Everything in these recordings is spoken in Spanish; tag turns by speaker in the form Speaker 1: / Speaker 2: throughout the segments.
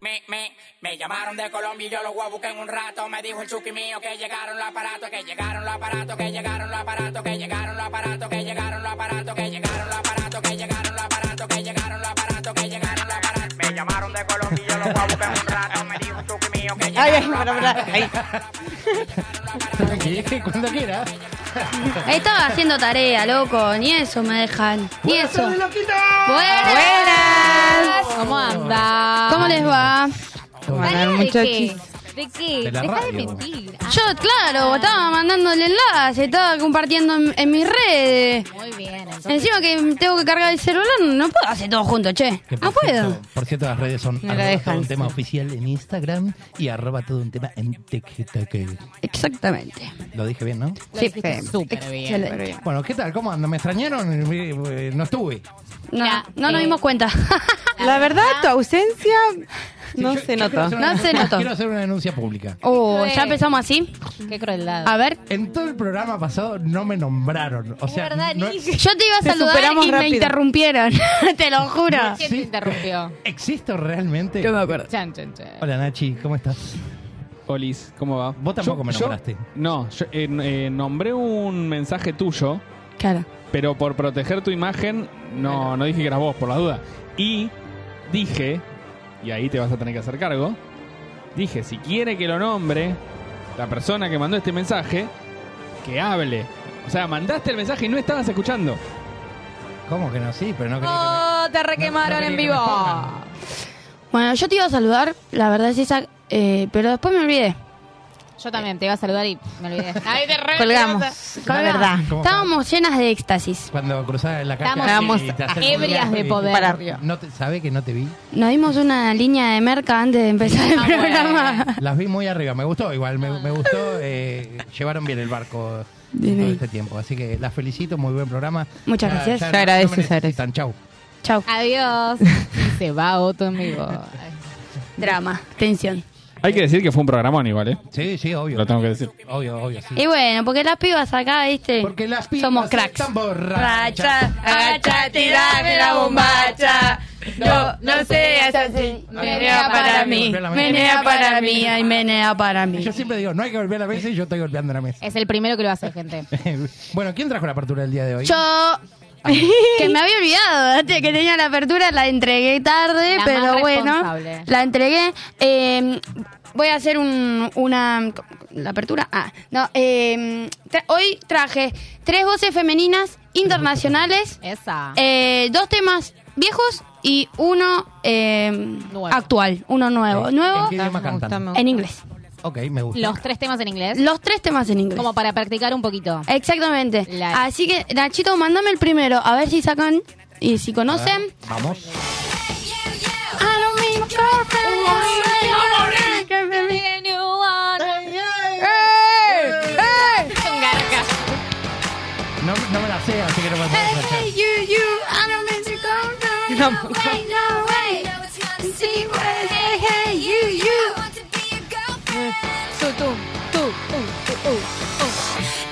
Speaker 1: me, me, me llamaron de Colombia y yo los voy a buscar en un rato. Me dijo el chuki mío que llegaron los aparatos, que llegaron los aparatos, que llegaron los aparatos, que llegaron los aparatos, que llegaron los aparatos, que llegaron los aparatos, que llegaron los aparatos, que llegaron los aparatos, que llegaron los aparatos. Me llamaron de Colombia y yo los voy a buscar en un rato. Me dijo el chuki mío que
Speaker 2: Ay, ay,
Speaker 1: llegaron los
Speaker 2: pero, pero,
Speaker 1: aparatos.
Speaker 2: ay.
Speaker 3: Aquí, cuando quiera.
Speaker 4: Estaba haciendo tarea, loco. Ni eso me dejan. Ni eso. Buenas.
Speaker 2: ¡Buenas!
Speaker 5: ¿Cómo anda?
Speaker 4: ¿Cómo les va?
Speaker 2: ¿Cómo andan,
Speaker 5: ¿De qué?
Speaker 2: muchachos?
Speaker 5: ¿De qué?
Speaker 3: De la
Speaker 5: Deja de
Speaker 3: radio.
Speaker 5: mentir. Ah,
Speaker 4: Yo, claro, estaba mandando el enlace, estaba compartiendo en, en mis redes.
Speaker 5: muy bien. entonces-
Speaker 4: Encima que tengo que cargar el celular, no puedo hacer todo junto, che.
Speaker 3: Que por
Speaker 4: No puedo.
Speaker 3: Cierto, por cierto, las redes son
Speaker 2: No la
Speaker 3: arroba todo
Speaker 2: dejan.
Speaker 3: un tema oficial en Instagram y arroba todo un tema en TikTok.
Speaker 4: Exactamente.
Speaker 3: Lo dije bien, ¿no?
Speaker 5: Lo
Speaker 2: Sí,
Speaker 5: dijiste
Speaker 2: Fe.
Speaker 5: súper bien.
Speaker 2: Pero bien.
Speaker 3: Bueno, ¿qué tal? ¿Cómo andan? ¿Me extrañaron? Eh, eh, No estuve.
Speaker 4: No,
Speaker 5: Ya,
Speaker 4: no nos
Speaker 5: eh.
Speaker 4: dimos cuenta.
Speaker 2: La verdad, tu ausencia no se notó.
Speaker 4: No se notó.
Speaker 3: Quiero hacer una denuncia pública.
Speaker 4: Oh,
Speaker 5: Eh.
Speaker 4: ya empezamos así.
Speaker 5: Qué crueldad.
Speaker 4: A ver,
Speaker 3: En todo el programa pasado no me nombraron. O
Speaker 5: es
Speaker 3: sea,
Speaker 5: verdad,
Speaker 3: no-
Speaker 5: ni
Speaker 4: yo te iba a
Speaker 2: Te
Speaker 4: saludar y
Speaker 2: superamos
Speaker 4: me
Speaker 2: rápido.
Speaker 4: interrumpieron. Te lo juro.
Speaker 5: ¿Quién
Speaker 3: sí.
Speaker 5: te interrumpió?
Speaker 3: ¿existo realmente?
Speaker 2: Yo me acuerdo.
Speaker 5: Chan, chan, chan.
Speaker 3: Hola Nachi, ¿cómo estás?
Speaker 6: Olis, ¿cómo va?
Speaker 3: Vos tampoco me nombraste.
Speaker 6: no, yo eh, eh, nombré un mensaje tuyo,
Speaker 4: Claro.
Speaker 6: pero por proteger tu imagen, no, no dije que eras vos, por la duda. Y dije, y ahí te vas a tener que hacer cargo, dije, si quiere que lo nombre la persona que mandó este mensaje, que hable. O sea, mandaste el mensaje y no estabas escuchando.
Speaker 3: ¿Cómo que no? Sí, pero no quería que me-
Speaker 5: ¡Oh, te requemaron
Speaker 3: No, no
Speaker 5: en
Speaker 3: quería
Speaker 5: vivo!
Speaker 3: que me pongan.
Speaker 4: Bueno, yo te iba a saludar, la verdad es esa, eh, pero después me olvidé.
Speaker 5: Yo también te iba a saludar y me olvidé. Ahí te re-
Speaker 2: Colgamos. La
Speaker 4: Colgamos.
Speaker 2: verdad.
Speaker 3: ¿Cómo?
Speaker 4: Ah, Estábamos llenas de éxtasis.
Speaker 3: Cuando cruzabas la calle
Speaker 2: Estábamos
Speaker 3: y te acercas-
Speaker 5: ebrias de poder.
Speaker 2: Para arriba.
Speaker 3: No te, ¿Sabe que no te vi?
Speaker 4: Nos dimos una línea de merca antes de empezar el
Speaker 5: Ah, bueno.
Speaker 4: programa.
Speaker 3: Las vi muy arriba, me gustó igual, me, me gustó. eh, llevaron bien el barco
Speaker 4: Bien
Speaker 3: todo
Speaker 4: ahí.
Speaker 3: este tiempo. Así que las felicito, muy buen programa.
Speaker 4: Muchas gracias.
Speaker 2: Se agradece, se agradece.
Speaker 3: Tan chau.
Speaker 4: Chau.
Speaker 5: Ah, Adiós. Y se va otro en vivo.
Speaker 4: Drama, tensión.
Speaker 6: Hay que decir que fue un programón igual, ¿eh?
Speaker 3: Sí, sí, obvio.
Speaker 6: Lo tengo que decir.
Speaker 3: Obvio, obvio, sí.
Speaker 4: Y bueno, porque las pibas acá, viste,
Speaker 3: Porque las pibas
Speaker 4: somos cracks.
Speaker 3: están borrachas.
Speaker 2: agacha, tirame la bombacha. No, no seas así. Menea para mí, menea para mí.
Speaker 4: ay, menea para mí.
Speaker 3: Yo siempre digo, no hay que golpear la mesa y yo estoy golpeando la mesa.
Speaker 5: Es el primero que lo hace, gente.
Speaker 3: bueno, ¿quién trajo la apertura del día de hoy?
Speaker 4: Yo... que me había olvidado ¿viste? que tenía la apertura, la entregué tarde,
Speaker 5: La más
Speaker 4: pero bueno,
Speaker 5: responsable.
Speaker 4: la entregué. Eh, voy a hacer un, una... ¿La apertura? Ah, no. eh, tra- hoy traje tres voces femeninas internacionales,
Speaker 5: Esa.
Speaker 4: eh, dos temas viejos y uno eh,
Speaker 5: Nuevo.
Speaker 4: actual, uno nuevo.
Speaker 3: ¿Eh? ¿En
Speaker 4: Nuevo
Speaker 3: qué idioma cantan?
Speaker 4: en inglés.
Speaker 3: Ok, me gusta.
Speaker 5: Los tres temas en inglés.
Speaker 4: Los tres temas en inglés.
Speaker 5: Como para practicar un poquito.
Speaker 4: Exactamente.
Speaker 5: La-
Speaker 4: Así que, Nachito, mándame el primero, a ver si sacan y si conocen.
Speaker 3: Vamos.
Speaker 7: Oh,
Speaker 3: No, no me la sé, así que no me la puedo escuchar.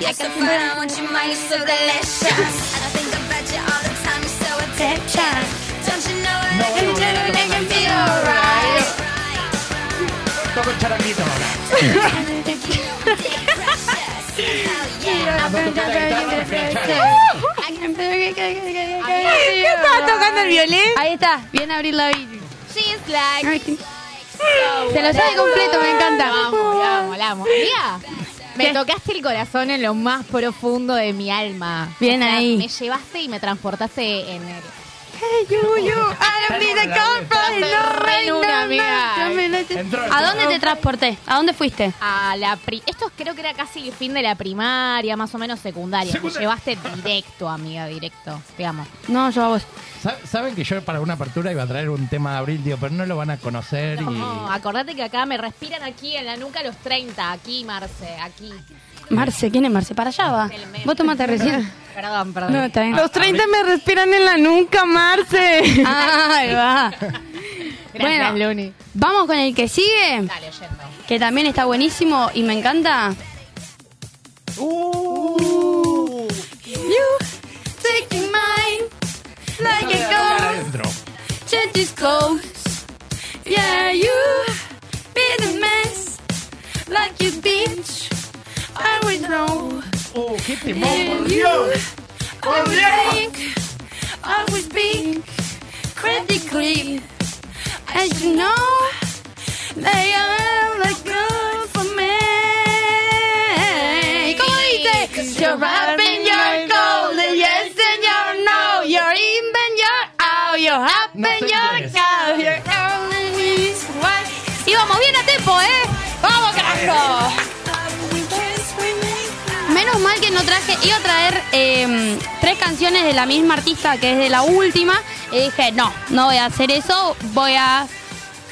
Speaker 7: You're so fine, I want you, mine, you're so delicious. I think about you all the time, you're so addicted. Don't you know what I can do? Make it feel alright.
Speaker 3: Toco el charanguito.
Speaker 7: Hell yeah.
Speaker 3: Cuando toco la guitarra, me pega el charango.
Speaker 2: ¿Qué estaba tocando el violín?
Speaker 4: Ahí está, bien a abrir la vi-
Speaker 5: She's like.
Speaker 4: Se lo sabe completo, me encanta.
Speaker 5: La amo, la amo, la amo. Mira, me tocaste el corazón en lo más profundo de mi alma.
Speaker 4: Bien
Speaker 5: O sea,
Speaker 4: ahí.
Speaker 5: Me llevaste y me transportaste en el.
Speaker 4: Ah,
Speaker 5: en una, amiga.
Speaker 3: Entró,
Speaker 4: ¿A dónde te transporté? ¿A dónde fuiste?
Speaker 5: A la pri- Esto creo que era casi el fin de la primaria, más o menos secundaria. Me llevaste directo, amiga, directo. Te amo.
Speaker 4: No, yo a vos.
Speaker 3: Sa- Saben que yo para una apertura iba a traer un tema de abril, digo, pero no lo van a conocer y...
Speaker 5: No, Oh, acordate que acá me respiran aquí en la nuca los 30. Aquí, Marce, aquí.
Speaker 4: Marce, ¿quién es Marce? Para allá va. Vos tomaste recién.
Speaker 5: Perdón, perdón.
Speaker 4: No, está bien.
Speaker 2: Los 30 me respiran en la nuca, Marce.
Speaker 4: Ahí va.
Speaker 5: Gracias,
Speaker 4: Bueno.
Speaker 5: Luni.
Speaker 4: Vamos con el que sigue,
Speaker 5: Dale, yendo.
Speaker 4: que también está buenísimo y me encanta. Taking mine like a
Speaker 3: Adentro.
Speaker 4: Just go. Yeah, you
Speaker 7: know
Speaker 3: ¡Uh, qué temón!
Speaker 7: Por Dios. I would think I would be critically. As you know, they are not good for me.
Speaker 4: ¿Cómo dice? E 'Cause You're up and you're cold, and yes and you're no. You're in and you're out, you're up
Speaker 3: No
Speaker 4: and
Speaker 3: sé
Speaker 4: you're
Speaker 3: inglés.
Speaker 4: out, you're down and it's what. Y vamos bien a tiempo, ¿eh? ¡Vamos, carajo! Menos mal que no traje, iba a traer eh, tres canciones de la misma artista que es de la última. Y dije, no, no voy a hacer eso, voy a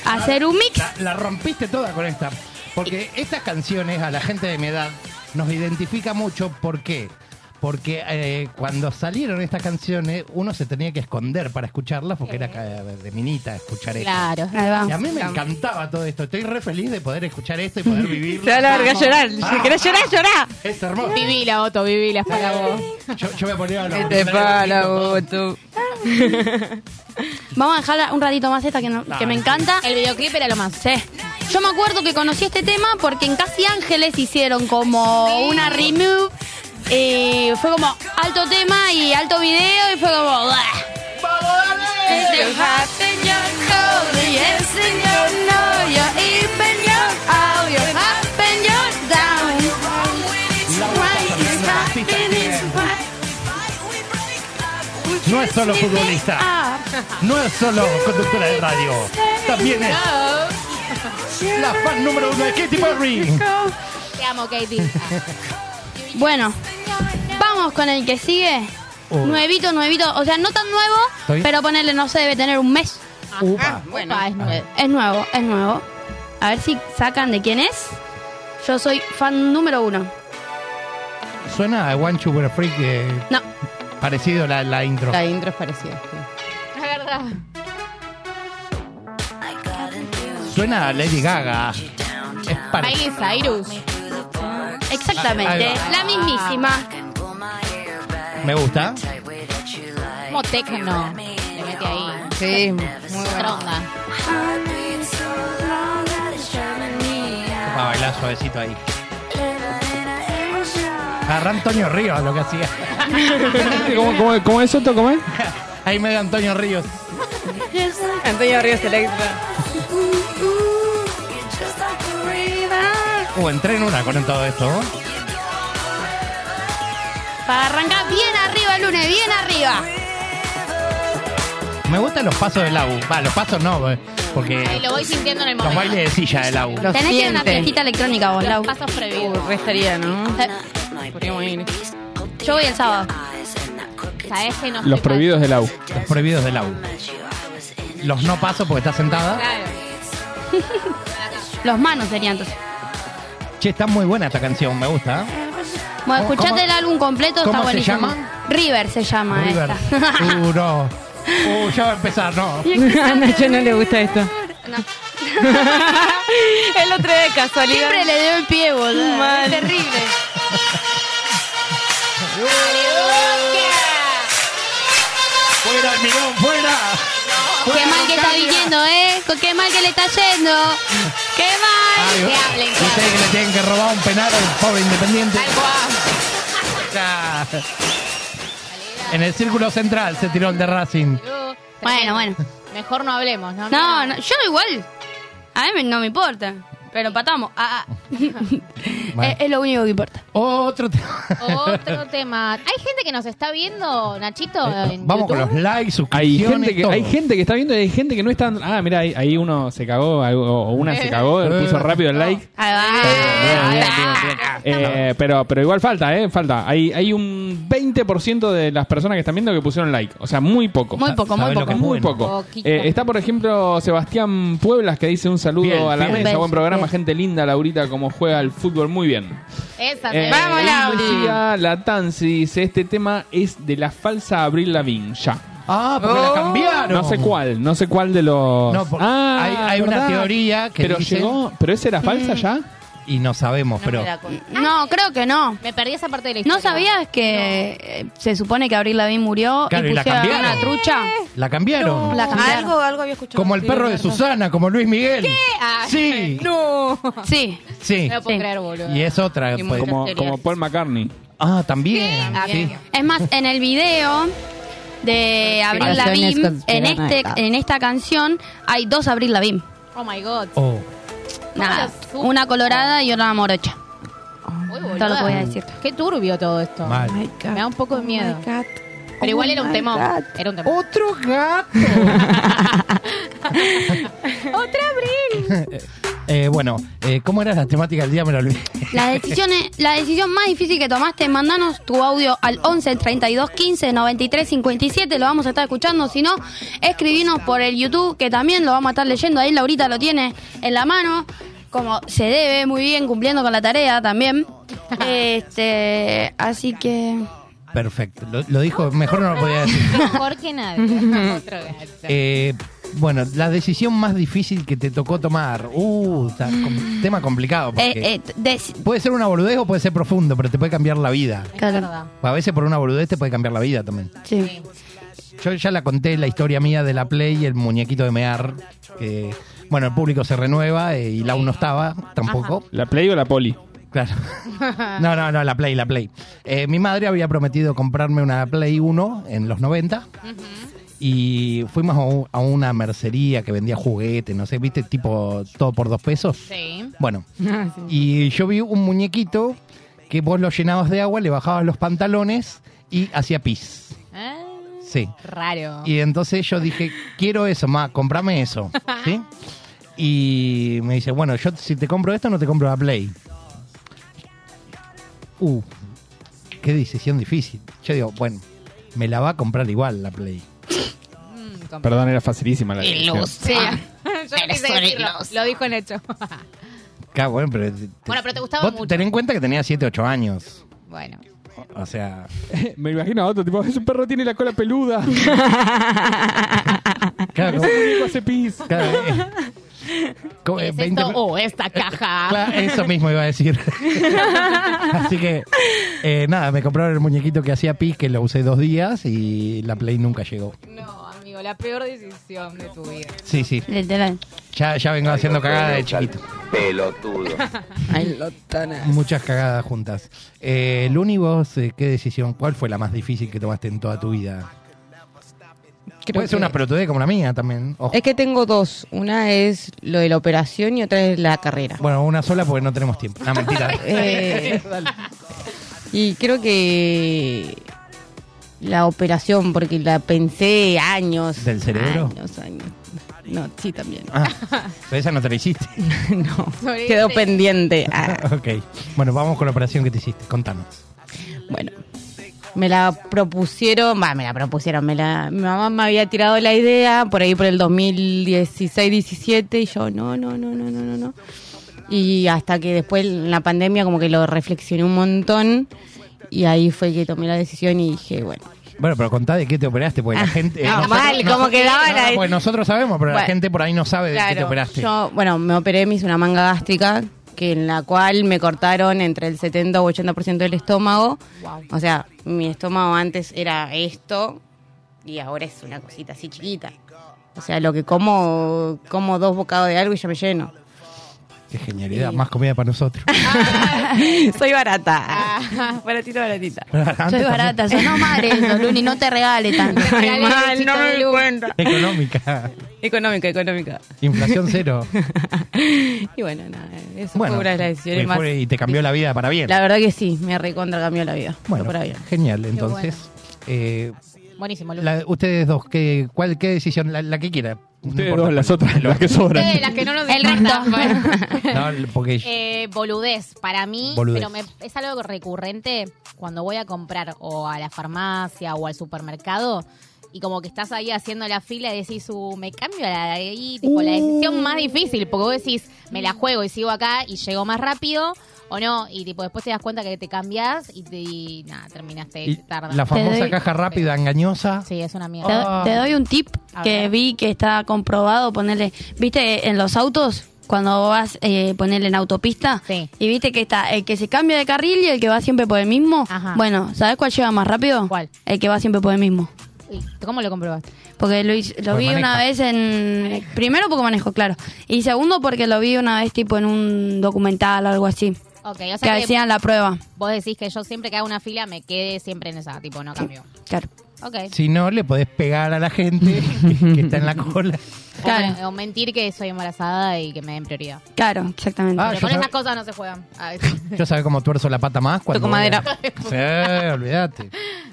Speaker 4: hacer un mix.
Speaker 3: La, la rompiste toda con esta. Porque estas canciones a la gente de mi edad nos identifica mucho. ¿Por qué? Porque eh, cuando salieron estas canciones, uno se tenía que esconder para escucharlas porque era ca- de minita escuchar esto.
Speaker 5: Claro.
Speaker 4: Ahí va.
Speaker 3: Y a mí me encantaba todo esto. Estoy re feliz de poder escuchar esto y poder vivirlo.
Speaker 2: Se va a la verga llorar. Si
Speaker 3: Ah.
Speaker 2: querés llorar, llorá.
Speaker 3: Es hermoso.
Speaker 5: Vivila, Otto, vivila, es para vos.
Speaker 3: Yo, yo me ponía a los
Speaker 2: Este pala, voto.
Speaker 4: Vamos a dejarla un ratito más esta que, no- que me encanta.
Speaker 5: El videoclip era lo más.
Speaker 4: Sí. Yo me acuerdo que conocí este tema porque en Casi Ángeles hicieron como una remove. Y fue como alto tema y alto video y fue como... "Bah".
Speaker 3: No es solo futbolista. No es solo conductora de radio. También es la fan número uno de Katy Perry.
Speaker 5: Te amo, Katie.
Speaker 4: Bueno, vamos con el que sigue.
Speaker 3: Oh.
Speaker 4: Nuevito, nuevito. O sea, no tan nuevo,
Speaker 3: Estoy-
Speaker 4: pero ponerle, no sé, debe tener un mes.
Speaker 3: Upa.
Speaker 5: Bueno, es nueve.
Speaker 4: Es nuevo, es nuevo. A ver si sacan de quién es. Yo soy fan número uno.
Speaker 3: Suena a One Super Freak eh,
Speaker 4: No,
Speaker 3: parecido la, la intro.
Speaker 2: La intro es parecida. sí.
Speaker 5: La verdad.
Speaker 3: Suena a Lady Gaga. Es parecido.
Speaker 5: Miley Cyrus.
Speaker 4: exactamente.
Speaker 3: Ahí va.
Speaker 4: La mismísima.
Speaker 3: Me gusta.
Speaker 5: Como tecno. Le mete ahí.
Speaker 2: Sí, muy
Speaker 5: Otra
Speaker 2: bueno.
Speaker 5: onda.
Speaker 3: Para bailar suavecito ahí. Agarra Antonio Ríos lo que hacía.
Speaker 6: ¿Cómo, cómo, cómo es esto? ¿Cómo es?
Speaker 3: Ahí me da Antonio Ríos.
Speaker 2: Antonio Ríos Electra.
Speaker 3: Uh, entré en una con todo esto. ¿no?
Speaker 4: Para arrancar bien arriba el lunes, bien arriba.
Speaker 3: Me gustan los pasos del AU. Va, los pasos no, eh, porque
Speaker 5: Ahí lo voy sintiendo en el
Speaker 3: los
Speaker 5: momento.
Speaker 3: bailes de silla del AU.
Speaker 2: Los
Speaker 4: Tenés que ir a una
Speaker 2: siente.
Speaker 4: fiestita electrónica vos, Lau.
Speaker 5: Los
Speaker 2: Uh,
Speaker 5: pasos previos.
Speaker 2: re estaría, ¿no?
Speaker 4: Eh,
Speaker 2: Podríamos ir.
Speaker 4: Yo voy el sábado.
Speaker 5: ¿Sabes que este no
Speaker 6: Los
Speaker 5: sé cuál-
Speaker 6: prohibidos del AU.
Speaker 3: Los prohibidos del AU. Los no pasos porque estás sentada.
Speaker 5: Claro.
Speaker 4: Los manos serían entonces.
Speaker 3: Che, está muy buena esta canción, me gusta. ¿eh?
Speaker 4: Bueno,
Speaker 3: ¿Cómo-
Speaker 4: escuchate
Speaker 3: cómo-
Speaker 4: el álbum completo,
Speaker 3: cómo
Speaker 4: está
Speaker 3: se
Speaker 4: buenísimo.
Speaker 3: llama?
Speaker 4: River se llama
Speaker 3: River.
Speaker 4: esta.
Speaker 3: Uh, no. Uh, ya va a empezar, no.
Speaker 2: A Nacho no le gusta esto. El otro de casualidad.
Speaker 4: Siempre le dio el pie, boludo.
Speaker 2: Mal.
Speaker 4: Es terrible.
Speaker 3: ¡Fuera, Almirón, fuera!
Speaker 4: Qué mal que está viviendo, ¿eh? Con Qué mal que le está yendo. Qué mal.
Speaker 3: Ay,
Speaker 5: Que hablen, que
Speaker 3: Ustedes que le tienen que robar un penal al pobre independiente.
Speaker 5: Tal cual.
Speaker 3: Ya. En el círculo central se tiró el de Racing.
Speaker 4: Bueno, bueno.
Speaker 5: Mejor no hablemos, ¿no?
Speaker 4: No, no, yo igual. A mí me- no me importa. Pero empatamos. Ah, ah.
Speaker 3: Bueno.
Speaker 4: Es, Eh, es lo único que importa.
Speaker 3: Otro tema.
Speaker 5: Otro tema. ¿Hay gente que nos está viendo, Nachito? en
Speaker 3: Eh, Vamos con los
Speaker 5: YouTube?
Speaker 3: likes,
Speaker 6: Hay
Speaker 3: suscripciones,
Speaker 6: gente, que,
Speaker 3: todo.
Speaker 6: hay gente que está viendo y hay gente que no está... Ah, mira, ahí, ahí uno se cagó algo, o una se cagó,
Speaker 3: Eh.
Speaker 6: puso rápido el like.
Speaker 4: Ahí va.
Speaker 6: Bien, bien,
Speaker 4: ahí va.
Speaker 6: bien,
Speaker 3: Ah,
Speaker 6: bien. Eh, pero, pero igual falta, ¿eh? Falta. Hay, hay un 20% de las personas que están viendo que pusieron like. O sea, muy poco.
Speaker 4: Muy poco, muy
Speaker 3: ¿Sabés lo
Speaker 4: poco.
Speaker 3: que es
Speaker 6: Muy
Speaker 3: bueno?
Speaker 6: poco.
Speaker 5: Poquito.
Speaker 6: Eh, está, por ejemplo, Sebastián Pueblas que dice un saludo
Speaker 3: Bien,
Speaker 6: a la
Speaker 3: bien.
Speaker 6: mesa. Buen programa,
Speaker 4: Bien.
Speaker 6: gente linda, Laurita, como juega al fútbol muy bien.
Speaker 5: Esa,
Speaker 6: Eh,
Speaker 5: Vamos.
Speaker 2: Vamos, Lauri.
Speaker 6: Lucía Latanzi dice: Este tema es de la falsa Abril Lavigne. Ya.
Speaker 3: Ah, porque la
Speaker 2: Oh.
Speaker 3: cambiaron.
Speaker 6: No sé cuál, no sé cuál de los.
Speaker 3: No, porque
Speaker 6: Ah,
Speaker 3: hay- hay una teoría que
Speaker 6: pero
Speaker 3: dice- Mm.
Speaker 6: llegó. ¿Pero esa era falsa ya?
Speaker 3: y no sabemos,
Speaker 2: No
Speaker 3: pero
Speaker 2: me la con-
Speaker 4: No, creo que no.
Speaker 5: Me perdí esa parte de la historia.
Speaker 4: ¿No sabías que eh, se supone que Abril Lavigne murió
Speaker 3: Claro, y
Speaker 4: y
Speaker 3: la
Speaker 4: pusieron
Speaker 3: cambiaron.
Speaker 4: una trucha?
Speaker 3: la cambiaron.
Speaker 4: La cambiaron.
Speaker 2: Algo, algo había escuchado.
Speaker 3: Como el
Speaker 2: Sí,
Speaker 3: perro de
Speaker 2: Alberto.
Speaker 3: Susana, como Luis Miguel.
Speaker 5: Ah,
Speaker 3: Sí,
Speaker 5: No.
Speaker 4: Sí.
Speaker 3: sí.
Speaker 5: No lo puedo
Speaker 4: Sí.
Speaker 5: creer, boludo.
Speaker 3: Y es otra.
Speaker 2: Y
Speaker 3: pues.
Speaker 2: muchas
Speaker 6: Como,
Speaker 2: teorías.
Speaker 6: como Paul McCartney.
Speaker 3: Ah, también.
Speaker 2: También.
Speaker 3: sí.
Speaker 4: Es más, en el video de Abril
Speaker 8: Conspiraciones
Speaker 4: Lavigne, en, este,
Speaker 8: conspiranoicas.
Speaker 4: en esta canción, hay dos Abril Lavigne.
Speaker 5: Oh my god.
Speaker 3: Oh,
Speaker 4: Nada,
Speaker 5: las supo?
Speaker 4: una colorada y una morocha.
Speaker 5: Uy, boluda.
Speaker 4: Todo lo que voy a decir.
Speaker 5: Qué turbio todo esto.
Speaker 3: mal.
Speaker 8: My God.
Speaker 5: Me da un poco de miedo.
Speaker 8: My God.
Speaker 5: Pero igual
Speaker 8: Oh
Speaker 5: era un
Speaker 8: my
Speaker 5: temón.
Speaker 8: God.
Speaker 5: Era un temón.
Speaker 3: Otro gato.
Speaker 5: Otra abril.
Speaker 3: Eh, bueno, eh, ¿cómo era la temática del día? Me lo olvidé.
Speaker 4: La decisión, es- la decisión más difícil que tomaste, mandanos tu audio al 11 32 15 93 57. Lo vamos a estar escuchando. Si no, escribinos por el YouTube, que también lo vamos a estar leyendo. Ahí Laurita lo tiene en la mano, como se debe, muy bien, cumpliendo con la tarea también. Este, así que.
Speaker 3: Perfecto. Lo, lo dijo, mejor no lo podía decir.
Speaker 5: Mejor que nadie. Otro gato.
Speaker 3: Eh, bueno, la decisión más difícil que te tocó tomar. Uh, está com- tema complicado. Porque
Speaker 4: eh, eh, t- des-
Speaker 3: Puede ser una boludez o puede ser profundo, pero te puede cambiar la vida.
Speaker 5: Es
Speaker 4: claro.
Speaker 5: verdad.
Speaker 3: A veces por una boludez te puede cambiar la vida también.
Speaker 4: sí.
Speaker 3: Yo ya la conté la historia mía de la Play y el muñequito de Mear. Que, bueno, el público se renueva eh, y Lau no estaba tampoco.
Speaker 6: ¿La Play o la Poli?
Speaker 3: Claro. No, no, no, la Play, la Play. Eh, mi madre había prometido comprarme una Play 1 en los 90. Y fuimos a, un- a una mercería que vendía juguetes, no sé, viste, tipo todo por dos pesos.
Speaker 5: Ah, Sí.
Speaker 3: Bueno, y yo vi un muñequito que vos lo llenabas de agua, le bajabas los pantalones y hacía pis.
Speaker 5: Ah,
Speaker 3: Sí.
Speaker 5: raro.
Speaker 3: Y entonces yo dije, quiero eso, ma, comprame eso. ¿Sí? Y me dice, bueno, yo si te compro esto, no te compro la Play. Uh, qué decisión difícil. Yo digo, bueno, me la va a comprar igual la Play.
Speaker 5: Mm, com-
Speaker 6: Perdón, era facilísima la decisión.
Speaker 5: Sí.
Speaker 3: Ah.
Speaker 5: Yo no quise decirlo. Lo dijo en hecho.
Speaker 3: Claro, bueno, pero...
Speaker 5: Bueno, pero te gustaba
Speaker 3: vos
Speaker 5: mucho.
Speaker 3: Ten en cuenta que tenía 7, 8 años.
Speaker 5: Bueno.
Speaker 3: O- O sea,
Speaker 6: Me imagino a otro tipo, ese perro tiene la cola peluda. Ese
Speaker 3: claro,
Speaker 6: muñeco hace pis.
Speaker 3: claro, eh, como, eh,
Speaker 5: ¿Es
Speaker 3: 20
Speaker 5: esto o ah. esta caja?
Speaker 3: Claro, eso mismo iba a decir. Así que, eh, nada, me compraron el muñequito que hacía pis, que lo usé dos días y la Play nunca llegó.
Speaker 5: No, amigo, la peor decisión de tu vida.
Speaker 3: Sí, sí,
Speaker 4: Literal.
Speaker 3: ya, ya vengo haciendo cagadas de chiquito.
Speaker 9: Pelotudo.
Speaker 8: Ay, lotana.
Speaker 3: Muchas cagadas juntas. Eh, Luni, vos, eh, ¿qué decisión? ¿Cuál fue la más difícil que tomaste en toda tu vida?
Speaker 8: Creo
Speaker 3: Puede ser
Speaker 8: que-
Speaker 3: una pelotudez como la mía también. ojo.
Speaker 8: Es que tengo dos. Una es lo de la operación y otra es la carrera.
Speaker 3: Bueno, una sola porque no tenemos tiempo. No, mentira.
Speaker 8: Eh, y creo que la operación, porque la pensé años.
Speaker 3: ¿Del cerebro?
Speaker 8: Años, años. No, sí, también.
Speaker 3: Ah, pero esa no te la hiciste.
Speaker 8: no,
Speaker 5: Sobre
Speaker 8: quedó
Speaker 5: ese-
Speaker 8: pendiente. Ah,
Speaker 3: ok. Bueno, vamos con la operación que te hiciste. Contanos.
Speaker 8: bueno, me la propusieron, va, me la propusieron, me la, mi mamá me había tirado la idea por ahí por el 2016-17 y yo, no, no, no, no, no, no, no. Y hasta que después en la pandemia como que lo reflexioné un montón y ahí fue que tomé la decisión y dije, bueno,
Speaker 3: Bueno, pero contá de qué te operaste, porque la gente... eh,
Speaker 8: Ah, no, mal, como
Speaker 3: nosotros-
Speaker 8: quedaba
Speaker 3: no, no,
Speaker 8: la-
Speaker 3: porque nosotros sabemos, pero la
Speaker 8: Bueno,
Speaker 3: gente por ahí no sabe de qué te
Speaker 8: Claro,
Speaker 3: operaste.
Speaker 8: Yo, bueno, me operé, me hice una manga gástrica, que en la cual me cortaron entre el 70 u 80% del estómago. O sea, mi estómago antes era esto y ahora es una cosita así chiquita. O sea, lo que como, como dos bocados de algo y ya me lleno.
Speaker 3: Qué genialidad, más comida para nosotros.
Speaker 8: Soy barata. baratita, Ah. baratita.
Speaker 4: Soy barata, sonó mal eso, Luni, no te regales tanto.
Speaker 8: Ay, mal, no me di cuenta.
Speaker 3: Económica.
Speaker 8: Económica, económica.
Speaker 3: Inflación cero.
Speaker 8: Y bueno, nada, eso
Speaker 3: Bueno,
Speaker 8: fue una de las
Speaker 3: y
Speaker 8: decisiones más.
Speaker 3: fue- y te cambió la vida para bien.
Speaker 8: La verdad que sí, me recontra cambió la vida.
Speaker 3: bueno,
Speaker 8: Fue para bien.
Speaker 3: genial. Entonces, eh,
Speaker 5: Buenísimo, Lu.
Speaker 3: la- ustedes dos, ¿qué, cuál, qué decisión? La, la que quiera. No
Speaker 6: Ustedes
Speaker 3: importa.
Speaker 6: dos, las otras, las que sobran.
Speaker 5: Ustedes, Eh, las que no nos
Speaker 4: El
Speaker 5: importan.
Speaker 3: No, porque
Speaker 5: Eh, boludez, para mí,
Speaker 3: Boludez.
Speaker 5: pero me- es algo recurrente cuando voy a comprar o a la farmacia o al supermercado y como que estás ahí haciendo la fila y decís, "Uh, me cambio la, ahí, tipo,
Speaker 3: Uh.
Speaker 5: la decisión más difícil, porque vos decís, me la juego y sigo acá y llego más rápido o no, y tipo después te das cuenta que te cambias y, te- y nada, terminaste
Speaker 8: eh,
Speaker 3: y
Speaker 5: tarde.
Speaker 3: la Ah. famosa
Speaker 4: doy-
Speaker 3: caja rápida engañosa.
Speaker 5: Sí, es una
Speaker 4: Te,
Speaker 5: mierda.
Speaker 4: do- te doy un tip
Speaker 5: Ah. A
Speaker 4: que
Speaker 5: ver.
Speaker 4: vi que está comprobado, ponerle, viste, en los autos, cuando vas eh, ponerle en autopista.
Speaker 5: Sí.
Speaker 4: Y viste que está el que se cambia de carril y el que va siempre por el mismo.
Speaker 5: Ajá.
Speaker 4: Bueno, ¿sabes cuál llega más rápido?
Speaker 5: ¿Cuál?
Speaker 4: El que va siempre por el mismo.
Speaker 5: ¿Y ¿Cómo lo comprobaste?
Speaker 4: Porque lo, hice- lo
Speaker 3: Porque
Speaker 4: vi
Speaker 3: maneja.
Speaker 4: una vez en... Primero porque manejo, claro. Y segundo porque lo vi una vez tipo en un documental o algo así.
Speaker 5: Ok, o sea
Speaker 4: que
Speaker 5: que
Speaker 4: hacían la prueba.
Speaker 5: vos decís que yo siempre que hago una fila me quede siempre en esa, tipo, no cambio.
Speaker 4: Claro.
Speaker 5: Ok.
Speaker 3: Si no, le podés pegar a la gente que, que está en la cola.
Speaker 5: O
Speaker 4: Claro.
Speaker 5: me- O, mentir que soy embarazada y que me den prioridad.
Speaker 4: Claro, exactamente.
Speaker 3: Ah,
Speaker 5: Pero
Speaker 3: yo
Speaker 5: con
Speaker 3: sab-
Speaker 5: esas cosas no se juegan. Ah, Ay.
Speaker 3: Yo sabés cómo tuerzo la pata más cuando.
Speaker 8: Toco
Speaker 3: voy a-
Speaker 8: madera.
Speaker 3: Sí, olvídate.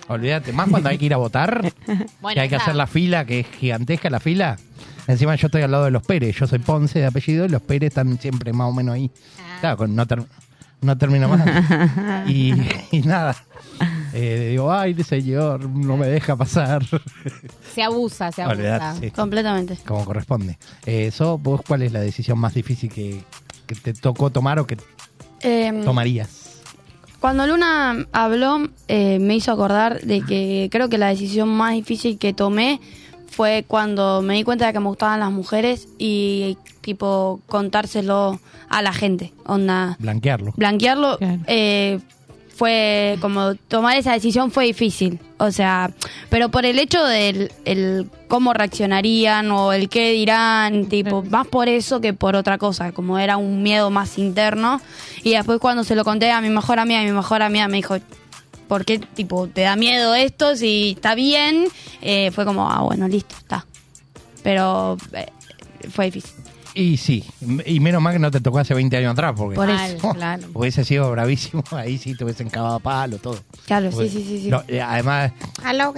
Speaker 3: Olvídate. Más cuando hay que ir a votar.
Speaker 5: Bueno,
Speaker 3: que hay que
Speaker 5: esa-
Speaker 3: hacer la fila, que es gigantesca la fila. Encima yo estoy al lado de los Pérez. Yo soy Ponce de apellido y los Pérez están siempre más o menos ahí.
Speaker 8: Ah.
Speaker 3: Claro, con- no, ter- no termino más. y, y nada. Eh, digo, ay, señor, no me deja pasar.
Speaker 5: Se abusa, se abusa.
Speaker 3: Olvídate, sí,
Speaker 4: Completamente.
Speaker 3: como corresponde. Eh, eso, vos, ¿cuál es la decisión más difícil que, que te tocó tomar o que
Speaker 4: Eh,
Speaker 3: tomarías?
Speaker 4: Cuando Luna habló, eh, me hizo acordar de que creo que la decisión más difícil que tomé fue cuando me di cuenta de que me gustaban las mujeres y tipo contárselo a la gente, onda
Speaker 3: Blanquearlo.
Speaker 4: blanquearlo
Speaker 8: Claro.
Speaker 4: eh, fue como tomar esa decisión fue difícil o sea pero por el hecho del el cómo reaccionarían o el qué dirán tipo más por eso que por otra cosa como era un miedo más interno y después cuando se lo conté a mi mejor amiga mi mejor amiga me dijo ¿Por qué tipo te da miedo esto? Si está bien, Eh, fue como, ah, bueno, listo, está. Pero eh, fue difícil.
Speaker 3: Y sí, y menos mal que no te tocó hace 20 años atrás, porque
Speaker 4: Por
Speaker 5: Mal,
Speaker 4: eso.
Speaker 5: claro.
Speaker 3: hubiese sido bravísimo, ahí sí te hubiesen cavado a palo, todo.
Speaker 4: Claro, sí, sí, sí. sí.
Speaker 3: No, eh, además,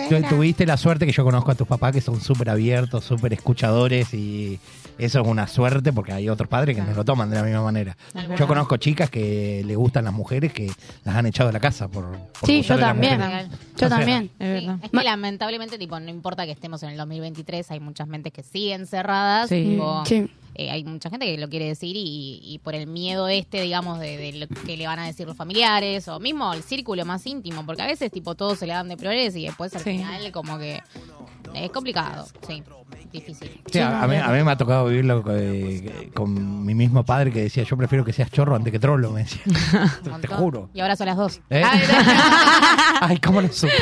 Speaker 3: tú tuviste la suerte que yo conozco a tus papás que son súper abiertos, súper escuchadores y eso es una suerte porque hay otros padres que no lo toman de la misma manera. Yo conozco chicas que le gustan las mujeres que las han echado de la casa por... por
Speaker 4: Sí, yo
Speaker 3: gustarle a las
Speaker 4: también.
Speaker 3: mujeres. O
Speaker 4: Yo
Speaker 3: sea,
Speaker 4: también.
Speaker 8: Es
Speaker 5: Sí,
Speaker 8: verdad.
Speaker 5: Es que lamentablemente, tipo, no importa que estemos en el 2023, hay muchas mentes que siguen cerradas.
Speaker 8: Sí.
Speaker 5: tipo,
Speaker 4: Sí.
Speaker 5: eh, hay mucha gente que lo quiere decir y, y por el miedo este, digamos, de, de lo que le van a decir los familiares o mismo el círculo más íntimo, porque a veces, tipo, todos se le dan de flores y después al
Speaker 8: Sí.
Speaker 5: final, como que es complicado. Sí, difícil.
Speaker 3: Sí, a, a mí, a mí me ha tocado vivirlo eh, con mi mismo padre que decía, yo prefiero que seas chorro antes que trolo, me decía.
Speaker 5: Un
Speaker 3: Te
Speaker 5: montón.
Speaker 3: juro.
Speaker 5: Y ahora son las dos. Ah,
Speaker 3: ¿Eh?
Speaker 5: Ay,
Speaker 3: Ay, cómo lo supe.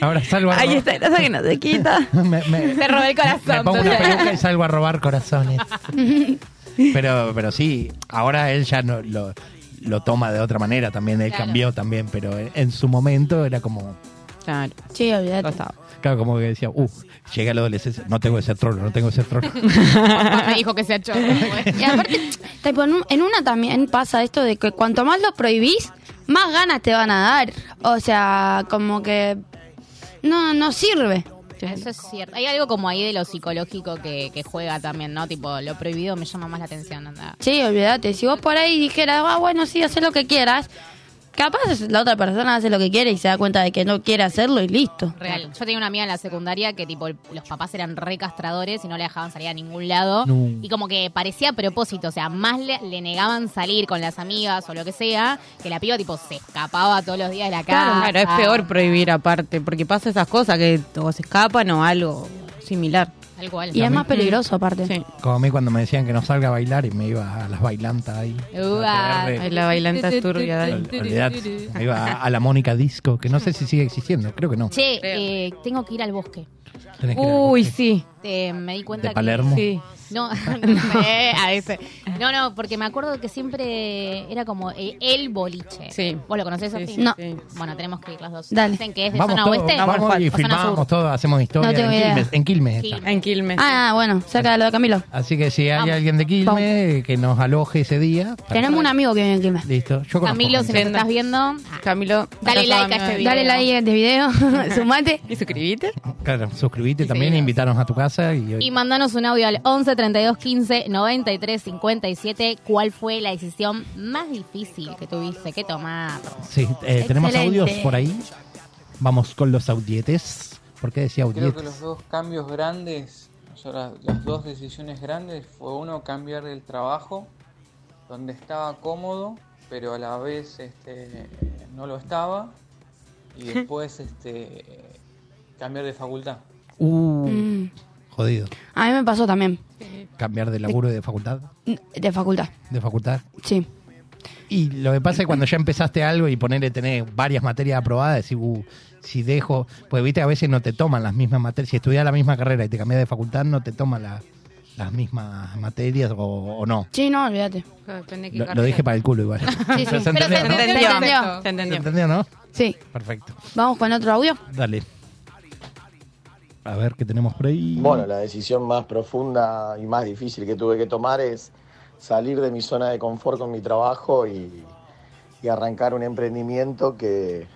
Speaker 3: Ahora salgo a
Speaker 8: Ahí
Speaker 3: robar.
Speaker 8: está, cosa que no se quita.
Speaker 3: Me, me-
Speaker 5: Te robé el
Speaker 3: me
Speaker 5: corazón.
Speaker 3: pongo una peluca y salgo a robar corazones. Pero, pero sí, ahora él ya no, lo, lo toma de otra manera también. Él
Speaker 5: Claro.
Speaker 3: cambió también, pero en, en su momento era como...
Speaker 8: Claro,
Speaker 4: Sí, olvídate.
Speaker 8: costado.
Speaker 3: Claro, como que decía, uh, llega la adolescencia, no tengo que ser trolo, no tengo que ser trolo.
Speaker 5: Papá me dijo que pues. se ha hecho.
Speaker 4: Y aparte, tipo, en, un- en una también pasa esto de que cuanto más lo prohibís, más ganas te van a dar. O sea, como que no, no sirve.
Speaker 5: Eso es cierto. Hay algo como ahí de lo psicológico que, que juega también, ¿no? Tipo, lo prohibido me llama más la atención, anda.
Speaker 4: Sí, olvídate. Si vos por ahí dijeras, ah, bueno, sí, haz lo que quieras, capaz la otra persona hace lo que quiere y se da cuenta de que no quiere hacerlo y listo.
Speaker 5: Real. Yo tenía una amiga en la secundaria que, tipo, el- los papás eran recastradores y no la dejaban salir a ningún lado.
Speaker 3: No.
Speaker 5: Y como que parecía a propósito, o sea, más le, le negaban salir con las amigas o lo que sea, que la piba, tipo, se escapaba todos los días de la casa.
Speaker 8: Claro, es peor prohibir aparte, porque pasa esas cosas que o se escapan o algo similar.
Speaker 5: Tal cual.
Speaker 4: Y es más peligroso aparte.
Speaker 8: Sí,
Speaker 3: Como a mí cuando me decían que no salga a bailar y me iba a las bailantas ahí.
Speaker 5: Ua.
Speaker 3: A tener de-
Speaker 8: Ahí la bailanta es turbia. dale.
Speaker 3: Ol- olvidate. Me iba a, a la Mónica Disco, que no sé si sigue existiendo, creo que no.
Speaker 5: Che, eh, tengo que ir al bosque.
Speaker 3: Tenés que ir a-
Speaker 8: Uy, sí,
Speaker 5: Eh, me di cuenta
Speaker 3: ¿De Palermo?
Speaker 5: que...
Speaker 8: sí.
Speaker 5: No, no, eh, a veces. No, no, porque me acuerdo que siempre era como el, el boliche.
Speaker 8: Sí.
Speaker 5: ¿Vos lo conocés, Sofi?
Speaker 4: No.
Speaker 8: sí.
Speaker 5: Bueno, tenemos que ir las dos.
Speaker 4: Dale.
Speaker 5: Dicen que es de
Speaker 3: Vamos,
Speaker 5: zona
Speaker 3: todos,
Speaker 5: oeste.
Speaker 3: vamos y
Speaker 5: o zona
Speaker 3: filmamos
Speaker 5: sur.
Speaker 3: todo, hacemos historia
Speaker 4: No tengo
Speaker 3: en,
Speaker 4: idea.
Speaker 3: Quilmes, en Quilmes está.
Speaker 5: Quilmes.
Speaker 8: En Quilmes.
Speaker 4: Ah, bueno, cerca de lo de Camilo.
Speaker 3: Así que si hay
Speaker 5: Vamos.
Speaker 3: alguien de Quilmes
Speaker 4: Vamos.
Speaker 3: eh, que nos aloje ese día. para-
Speaker 4: Tenemos un amigo que vive en Quilmes.
Speaker 3: Listo. Yo conozco
Speaker 5: Camilo, si
Speaker 3: gente.
Speaker 5: nos estás viendo,
Speaker 8: Camilo,
Speaker 5: Dale
Speaker 8: acá
Speaker 5: like a
Speaker 8: está
Speaker 5: este
Speaker 8: mi-
Speaker 5: video.
Speaker 4: Dale like a este video, sumate.
Speaker 8: ¿Y suscribite?
Speaker 3: Claro, suscribite también, invitarnos a tu casa. Y, eh,
Speaker 5: y mandanos un audio al 11 32 15 93 57. ¿Cuál fue la decisión más difícil que tuviste que tomar?
Speaker 3: sí, eh, tenemos
Speaker 4: Excelente.
Speaker 3: audios por ahí. Vamos con los audietes. ¿Por qué decía
Speaker 9: Creo
Speaker 3: audietes?
Speaker 9: que los dos cambios grandes, o sea, la- las, dos decisiones grandes, fue uno cambiar el trabajo, donde estaba cómodo, pero a la vez este, no lo estaba, y después este, cambiar de facultad.
Speaker 3: Uh,
Speaker 4: Mm.
Speaker 3: jodido.
Speaker 4: A mí me pasó también.
Speaker 3: cambiar de laburo y de facultad?
Speaker 4: De facultad,
Speaker 3: De facultad.
Speaker 4: sí.
Speaker 3: Y lo que pasa es que cuando ya empezaste algo y ponerle tener varias materias aprobadas, decir, "Uh, si dejo, pues viste, a veces no te toman las mismas materias. Si estudias la misma carrera y te cambias de facultad, no te toman la- las mismas materias o, o no.
Speaker 4: Sí, no, olvídate.
Speaker 2: Depende de qué
Speaker 3: Lo, lo
Speaker 2: carrera.
Speaker 3: dije para el culo igual.
Speaker 4: sí.
Speaker 3: Pero se
Speaker 4: Pero
Speaker 3: entendió,
Speaker 4: se
Speaker 3: ¿no?
Speaker 2: entendió. Perfecto.
Speaker 8: Se entendió. Se
Speaker 3: Se
Speaker 8: entendió.
Speaker 3: entendió, ¿no?
Speaker 4: Sí.
Speaker 3: Perfecto.
Speaker 4: Vamos con otro audio.
Speaker 3: Dale. A ver qué tenemos por ahí.
Speaker 10: Bueno, la decisión más profunda y más difícil que tuve que tomar es salir de mi zona de confort con mi trabajo y, y arrancar un emprendimiento que,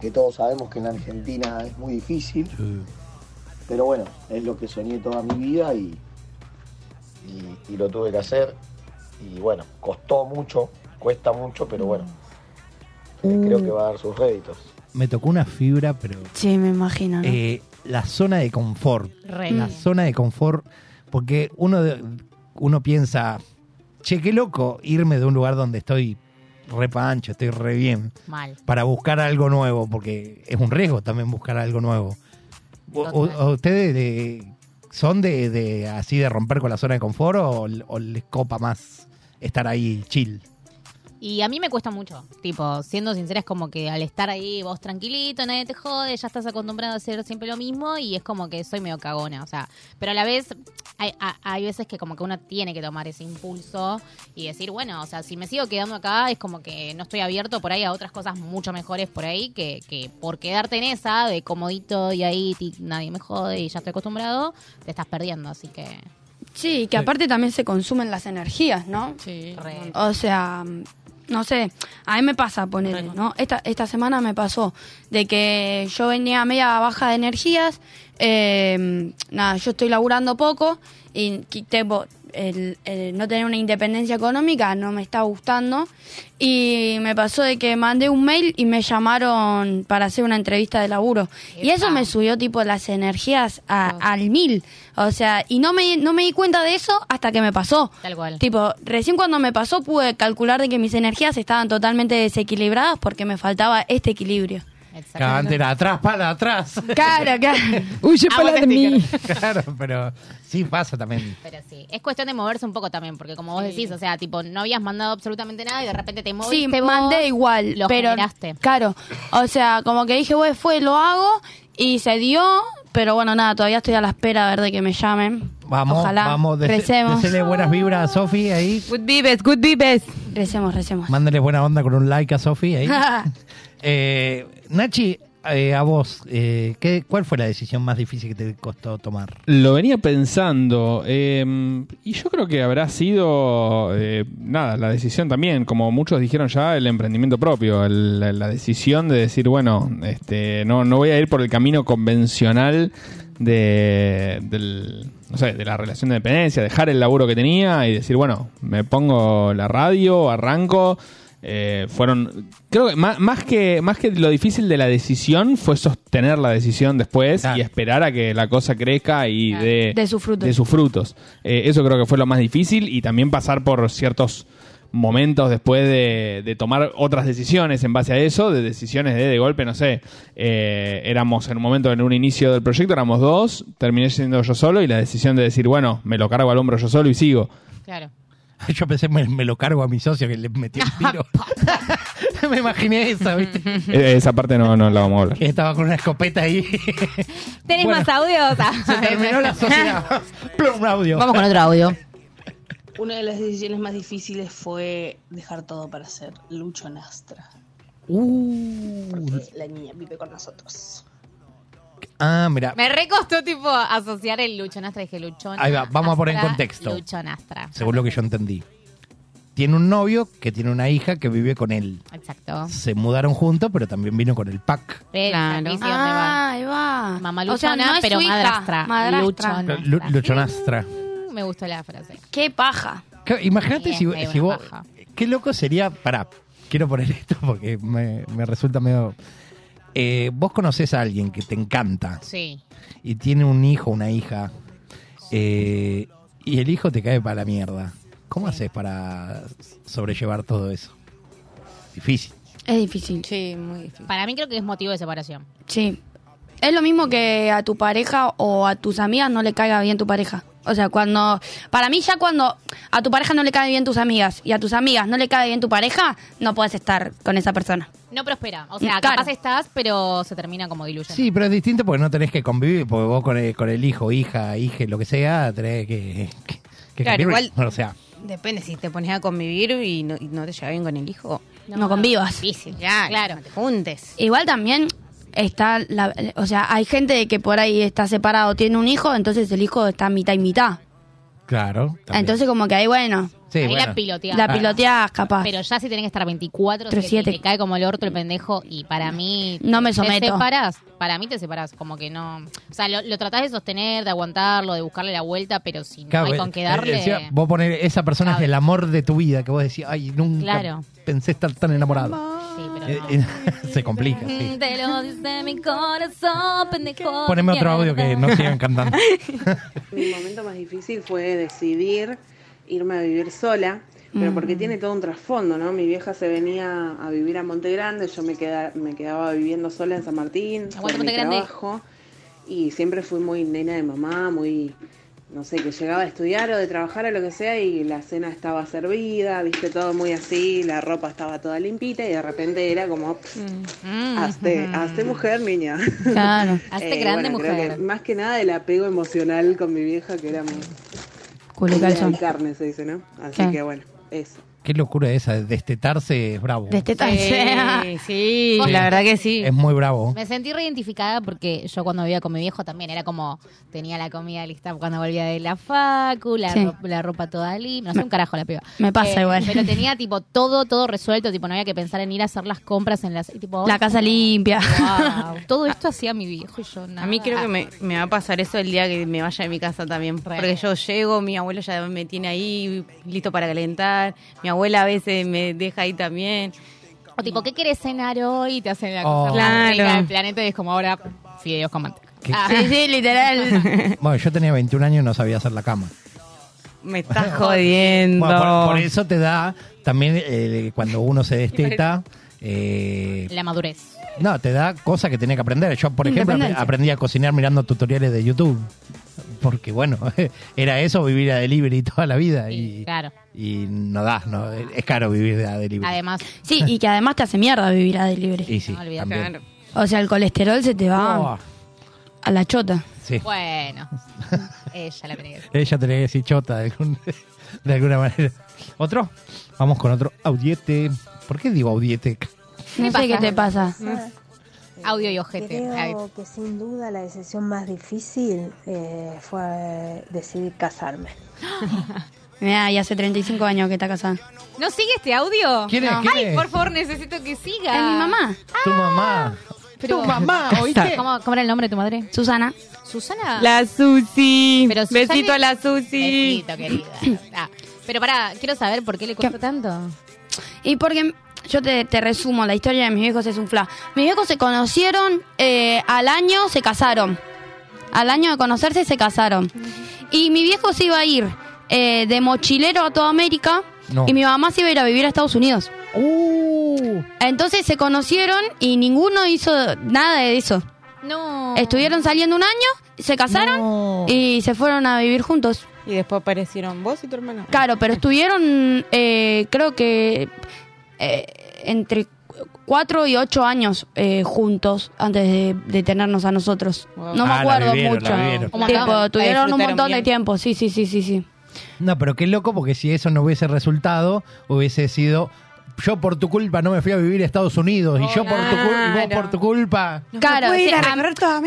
Speaker 10: que todos sabemos que en la Argentina es muy difícil,
Speaker 3: Sí.
Speaker 10: pero bueno, es lo que soñé toda mi vida y, y- y lo tuve que hacer. Y bueno, costó mucho, cuesta mucho, pero bueno, eh, creo que va a dar sus réditos.
Speaker 3: Me tocó una fibra, pero
Speaker 4: Sí, me imagino. ¿no?
Speaker 3: eh, la zona de confort.
Speaker 5: Re.
Speaker 3: La zona de confort, porque uno, de- uno piensa, che, qué loco irme de un lugar donde estoy re pancho, estoy re bien,
Speaker 5: Mal.
Speaker 3: para buscar algo nuevo, porque es un riesgo también buscar algo nuevo. O- o-
Speaker 5: Total.
Speaker 3: o ¿Ustedes de- son de, de así de romper con la zona de confort o, o les copa más estar ahí chill?
Speaker 5: Y a mí me cuesta mucho. Tipo, siendo sincera, es como que al estar ahí vos tranquilito, nadie te jode, ya estás acostumbrado a hacer siempre lo mismo y es como que soy medio cagona. O sea, pero a la vez hay, a- hay veces que como que uno tiene que tomar ese impulso y decir, bueno, o sea, si me sigo quedando acá es como que no estoy abierto por ahí a otras cosas mucho mejores por ahí que, que por quedarte en esa de comodito y ahí ti- nadie me jode y ya estoy acostumbrado, te estás perdiendo. Así que...
Speaker 4: Sí, que aparte también se consumen las energías, ¿no?
Speaker 2: Sí.
Speaker 5: Re.
Speaker 4: O sea, mm, no sé, a mí me pasa ponerle, ¿no? Esta, esta semana me pasó de que yo venía media baja de energías, eh, nada, yo estoy laburando poco y qui- tengo el- el no tener una independencia económica no me está gustando y me pasó de que mandé un mail y me llamaron para hacer una entrevista de laburo y eso me subió tipo las energías a-
Speaker 5: Ah.
Speaker 4: al mil, o sea, y no me, no me di cuenta de eso hasta que me pasó.
Speaker 5: Tal cual.
Speaker 4: Tipo, recién cuando me pasó pude calcular de que mis energías estaban totalmente desequilibradas porque me faltaba este equilibrio.
Speaker 3: Cada antes era atrás, para atrás.
Speaker 4: Claro, claro.
Speaker 8: Huye para de mí.
Speaker 3: claro, pero sí pasa también.
Speaker 5: Pero sí, es cuestión de moverse un poco también, porque como vos decís, o sea, tipo, no habías mandado absolutamente nada y de repente te moviste
Speaker 4: Sí,
Speaker 5: vos,
Speaker 4: mandé igual,
Speaker 5: lo
Speaker 4: pero
Speaker 5: generaste.
Speaker 4: claro, o sea, como que dije, güey, fue, lo hago y se dio, pero bueno, nada, todavía estoy a la espera a ver de que me llamen.
Speaker 3: Vamos,
Speaker 4: Ojalá.
Speaker 3: vamos, dese-
Speaker 4: recemos.
Speaker 3: desele buenas vibras a Sofi ahí.
Speaker 8: Good vibes, good vibes.
Speaker 4: Recemos, recemos.
Speaker 3: Mándale buena onda con un like a Sofi ahí. Eh, Nachi, eh, a vos, eh, ¿qué, ¿cuál fue la decisión más difícil que te costó tomar?
Speaker 6: Lo venía pensando eh, y yo creo que habrá sido, eh, nada, la decisión también, como muchos dijeron ya, el emprendimiento propio, el- la, la decisión de decir, bueno, este, no, no voy a ir por el camino convencional de, del- no sé, de la relación de dependencia, dejar el laburo que tenía y decir, bueno, me pongo la radio, arranco. eh, fueron creo que más, más que más que lo difícil de la decisión fue sostener la decisión después
Speaker 3: Claro.
Speaker 6: y esperar a que la cosa crezca y de,
Speaker 4: De sus frutos.
Speaker 6: de sus frutos. Eh, eso creo que fue lo más difícil y también pasar por ciertos momentos después de, de tomar otras decisiones en base a eso, de decisiones de de golpe, no sé, eh, éramos en un momento, en un inicio del proyecto, éramos dos, terminé siendo yo solo y la decisión de decir, bueno, me lo cargo al hombro yo solo y sigo.
Speaker 5: Claro.
Speaker 3: Yo pensé, me, me lo cargo a mi socio que le metí el tiro. me imaginé eso, ¿viste?
Speaker 6: Eh, Esa parte no, no la vamos a hablar.
Speaker 3: Que estaba con una escopeta ahí.
Speaker 5: ¿Tenés
Speaker 3: Bueno,
Speaker 5: más Ah, audios?
Speaker 3: Se terminó la sociedad. Plum, audio.
Speaker 5: Vamos con otro audio.
Speaker 11: Una de las decisiones más difíciles fue dejar todo para ser Lucho Nastra.
Speaker 3: Uh,
Speaker 11: La niña vive con nosotros.
Speaker 3: ah, mira.
Speaker 5: Me recostó, tipo, asociar el luchonastra. Dije, luchonastra.
Speaker 3: Ahí va, vamos a poner en contexto.
Speaker 5: Luchonastra.
Speaker 3: Según lo que yo entendí. Tiene un novio que tiene una hija que vive con él.
Speaker 5: Exacto. Eh,
Speaker 3: Se mudaron juntos, pero también vino con el pack.
Speaker 5: Claro.
Speaker 8: Claro.
Speaker 4: Ah, ahí va.
Speaker 5: Mamá
Speaker 4: O sea,
Speaker 5: luchona,
Speaker 4: no es
Speaker 5: pero
Speaker 4: su hija,
Speaker 5: madrastra.
Speaker 4: madrastra.
Speaker 5: Luchona.
Speaker 3: Lu- Luchonastra.
Speaker 5: Me gustó la frase.
Speaker 4: Qué paja.
Speaker 3: Claro, Imagínate
Speaker 5: Sí,
Speaker 3: si,
Speaker 5: es medio
Speaker 3: si
Speaker 5: una
Speaker 3: vos.
Speaker 5: paja.
Speaker 3: Qué loco sería. Pará, quiero poner esto porque me, me resulta medio. Eh, vos conoces a alguien que te encanta
Speaker 5: Sí.
Speaker 3: y tiene un hijo, una hija, eh, y el hijo te cae para la mierda. ¿Cómo haces para sobrellevar todo eso? Difícil.
Speaker 4: Es difícil.
Speaker 2: Sí, muy difícil.
Speaker 5: Para mí creo que es motivo de separación.
Speaker 4: Sí. Es lo mismo que a tu pareja o a tus amigas no le caiga bien tu pareja. O O sea, cuando. Para mí, ya cuando a tu pareja no le caen bien tus amigas y a tus amigas no le cae bien tu pareja, no puedes estar con esa persona.
Speaker 5: No prospera. O sea,
Speaker 4: Claro.
Speaker 5: capaz estás, pero se termina como diluyendo.
Speaker 3: Sí, pero es distinto porque no tenés que convivir, porque vos con el, con el hijo, hija, hija, lo que sea, tenés que, que, que
Speaker 8: Claro,
Speaker 3: convivir.
Speaker 8: igual-
Speaker 3: O sea,
Speaker 8: Depende, si te pones a convivir y no, y no te llevas bien con el hijo.
Speaker 4: No, convivas.
Speaker 8: Difícil, ya,
Speaker 5: Claro.
Speaker 8: claro. No te juntes.
Speaker 4: Igual también está. La, o sea, hay gente de que por ahí está separado, tiene un hijo, entonces el hijo está mitad y mitad.
Speaker 3: claro. también.
Speaker 4: Entonces, como que ahí, bueno,
Speaker 3: Sí,
Speaker 5: Ahí
Speaker 3: bueno. Ah.
Speaker 5: la pilotea.
Speaker 4: la piloteás capaz.
Speaker 5: Pero ya si tenés que estar 24, 7
Speaker 4: 3-7.
Speaker 5: te cae como el orto el pendejo y para mí...
Speaker 4: No me
Speaker 5: Te
Speaker 4: someto.
Speaker 5: separás, para mí te separás, como que no... O sea, lo, lo tratás de sostener, de aguantarlo, de buscarle la vuelta, pero si no
Speaker 3: Claro,
Speaker 5: hay
Speaker 3: eh,
Speaker 5: con qué
Speaker 3: eh,
Speaker 5: darle...
Speaker 3: encima vos poner esa persona es
Speaker 5: Cabe.
Speaker 3: el amor de tu vida, que vos decís, ay, nunca
Speaker 5: Claro.
Speaker 3: pensé estar tan enamorado.
Speaker 5: Sí,
Speaker 3: Eh,
Speaker 5: pero no.
Speaker 3: eh, se complica, sí.
Speaker 5: Te lo dice mi corazón, pendejo.
Speaker 3: Poneme otro audio que no sigan cantando.
Speaker 12: Mi momento más difícil fue decidir irme a vivir sola,
Speaker 8: Mm.
Speaker 12: pero porque tiene todo un trasfondo, ¿no? Mi vieja se venía a vivir a Monte Grande, yo me, queda- me quedaba viviendo sola en San Martín,
Speaker 5: Aguante,
Speaker 12: con mi
Speaker 5: Monte Grande.
Speaker 12: trabajo, y siempre fui muy nena de mamá, muy, no sé, que llegaba a estudiar o de trabajar o lo que sea, y la cena estaba servida, viste, todo muy así, la ropa estaba toda limpita, y de repente era como, pff, hazte, hazte mujer, niña.
Speaker 4: Claro,
Speaker 5: Hazte
Speaker 12: Eh,
Speaker 5: grande,
Speaker 12: bueno, creo
Speaker 5: mujer.
Speaker 12: que más que nada el apego emocional con mi vieja, que era muy
Speaker 4: culo y
Speaker 12: muy
Speaker 4: calzón.
Speaker 12: de carne, se dice, ¿no? Así
Speaker 4: Claro.
Speaker 12: que bueno, eso.
Speaker 3: Qué locura esa, de destetarse es bravo.
Speaker 5: este-
Speaker 4: Desteta-
Speaker 8: Sí, sí, la verdad que sí.
Speaker 3: Es muy bravo.
Speaker 5: Me sentí reidentificada porque yo cuando vivía con mi viejo también era como tenía la comida lista cuando volvía de la facu, la,
Speaker 4: Sí.
Speaker 5: ro- la ropa toda limpia, no sé un carajo la piba. Eh,
Speaker 4: Me pasa igual.
Speaker 5: Pero tenía tipo todo, todo resuelto, tipo no había que pensar en ir a hacer las compras en las... y, tipo,
Speaker 4: La casa limpia.
Speaker 5: wow, todo esto hacía mi viejo y yo nada.
Speaker 8: A mí creo que me, me va a pasar eso el día que me vaya de mi casa también. Porque yo llego, mi abuelo ya me tiene ahí listo para calentar. Mi abuela a veces me deja ahí también.
Speaker 5: O tipo, ¿qué querés cenar hoy? Y te hacen la
Speaker 3: Oh.
Speaker 5: cosa más rica
Speaker 8: Claro.
Speaker 5: del planeta y es como ahora fideos con manteca.
Speaker 3: ¿Qué?
Speaker 5: Ah,
Speaker 4: Sí, sí, literal.
Speaker 3: Bueno, yo tenía 21 años y no sabía hacer la cama.
Speaker 8: Me estás jodiendo.
Speaker 3: Bueno, por, por eso te da también eh, cuando uno se desteta. eh,
Speaker 5: la madurez.
Speaker 3: no, te da cosas que tenía que aprender. Yo,
Speaker 5: Mm,
Speaker 3: por ejemplo, ap- aprendí a cocinar mirando tutoriales de YouTube. Porque, bueno, era eso, vivir a delivery toda la vida.
Speaker 5: Sí,
Speaker 3: Y,
Speaker 5: claro.
Speaker 3: y no das, no, es caro vivir de a delivery.
Speaker 5: Además,
Speaker 4: Sí, y que además te hace mierda vivir a libre.
Speaker 3: y sí,
Speaker 5: No, olvídate.
Speaker 3: también.
Speaker 8: Claro.
Speaker 4: O sea, el colesterol se te va
Speaker 3: Oh,
Speaker 4: a la chota.
Speaker 3: sí.
Speaker 5: bueno, ella la tenía que
Speaker 3: Ella tenía que decir chota de, algún- de alguna manera. ¿Otro? Vamos con otro. Audiete. ¿Por qué digo audiete?
Speaker 4: No sé qué te pasa.
Speaker 5: Audio y ojete. Ay,
Speaker 13: Creo que sin duda la decisión más difícil eh, fue decidir casarme.
Speaker 4: Mira, y hace 35 años que está casada.
Speaker 5: ¿No sigue este audio?
Speaker 3: ¿Quién es?
Speaker 5: No.
Speaker 3: ¿Quién
Speaker 5: Ay,
Speaker 3: es?
Speaker 5: por favor, necesito que siga.
Speaker 4: Es mi mamá,
Speaker 3: Tu
Speaker 5: Ah.
Speaker 3: mamá.
Speaker 5: Pero-
Speaker 3: Tu mamá, ¿oíste?
Speaker 5: ¿Cómo, cómo era el nombre de tu madre?
Speaker 4: Susana.
Speaker 5: Susana.
Speaker 8: La Susi.
Speaker 5: Pero Susana-
Speaker 8: Besito a la Susi.
Speaker 5: Besito, querida. Ah, pero pará, quiero saber por qué le cuesta tanto.
Speaker 4: Y porque yo te, te resumo, la historia de mis viejos es un flash. Mis viejos se conocieron, eh, al año se casaron. Al año de conocerse se casaron. Y mi viejo se iba a ir eh, de mochilero a toda América
Speaker 3: No.
Speaker 4: y mi mamá se iba a ir a vivir a Estados Unidos.
Speaker 3: Uh,
Speaker 4: Entonces se conocieron y ninguno hizo nada de eso.
Speaker 5: No.
Speaker 4: Estuvieron saliendo un año, se casaron
Speaker 3: no.
Speaker 4: y se fueron a vivir juntos.
Speaker 8: Y después aparecieron vos y tu hermano.
Speaker 4: Claro, pero estuvieron, eh, creo que eh, entre cuatro y ocho años eh, juntos antes de, de tenernos a nosotros.
Speaker 8: Wow.
Speaker 4: No me
Speaker 3: Ah, la
Speaker 4: acuerdo
Speaker 3: vivieron,
Speaker 4: mucho.
Speaker 3: la vivieron.
Speaker 5: Un
Speaker 4: Tipo,
Speaker 5: montón.
Speaker 8: La
Speaker 4: tuvieron un
Speaker 8: disfrutaron
Speaker 4: montón de
Speaker 8: bien.
Speaker 4: tiempo, sí, sí, sí, sí, sí.
Speaker 3: No, pero qué loco, porque si eso no hubiese resultado, hubiese sido. Yo por tu culpa no me fui a vivir a Estados Unidos. y yo por tu culpa. Y vos por tu culpa.
Speaker 4: Claro, sí, a,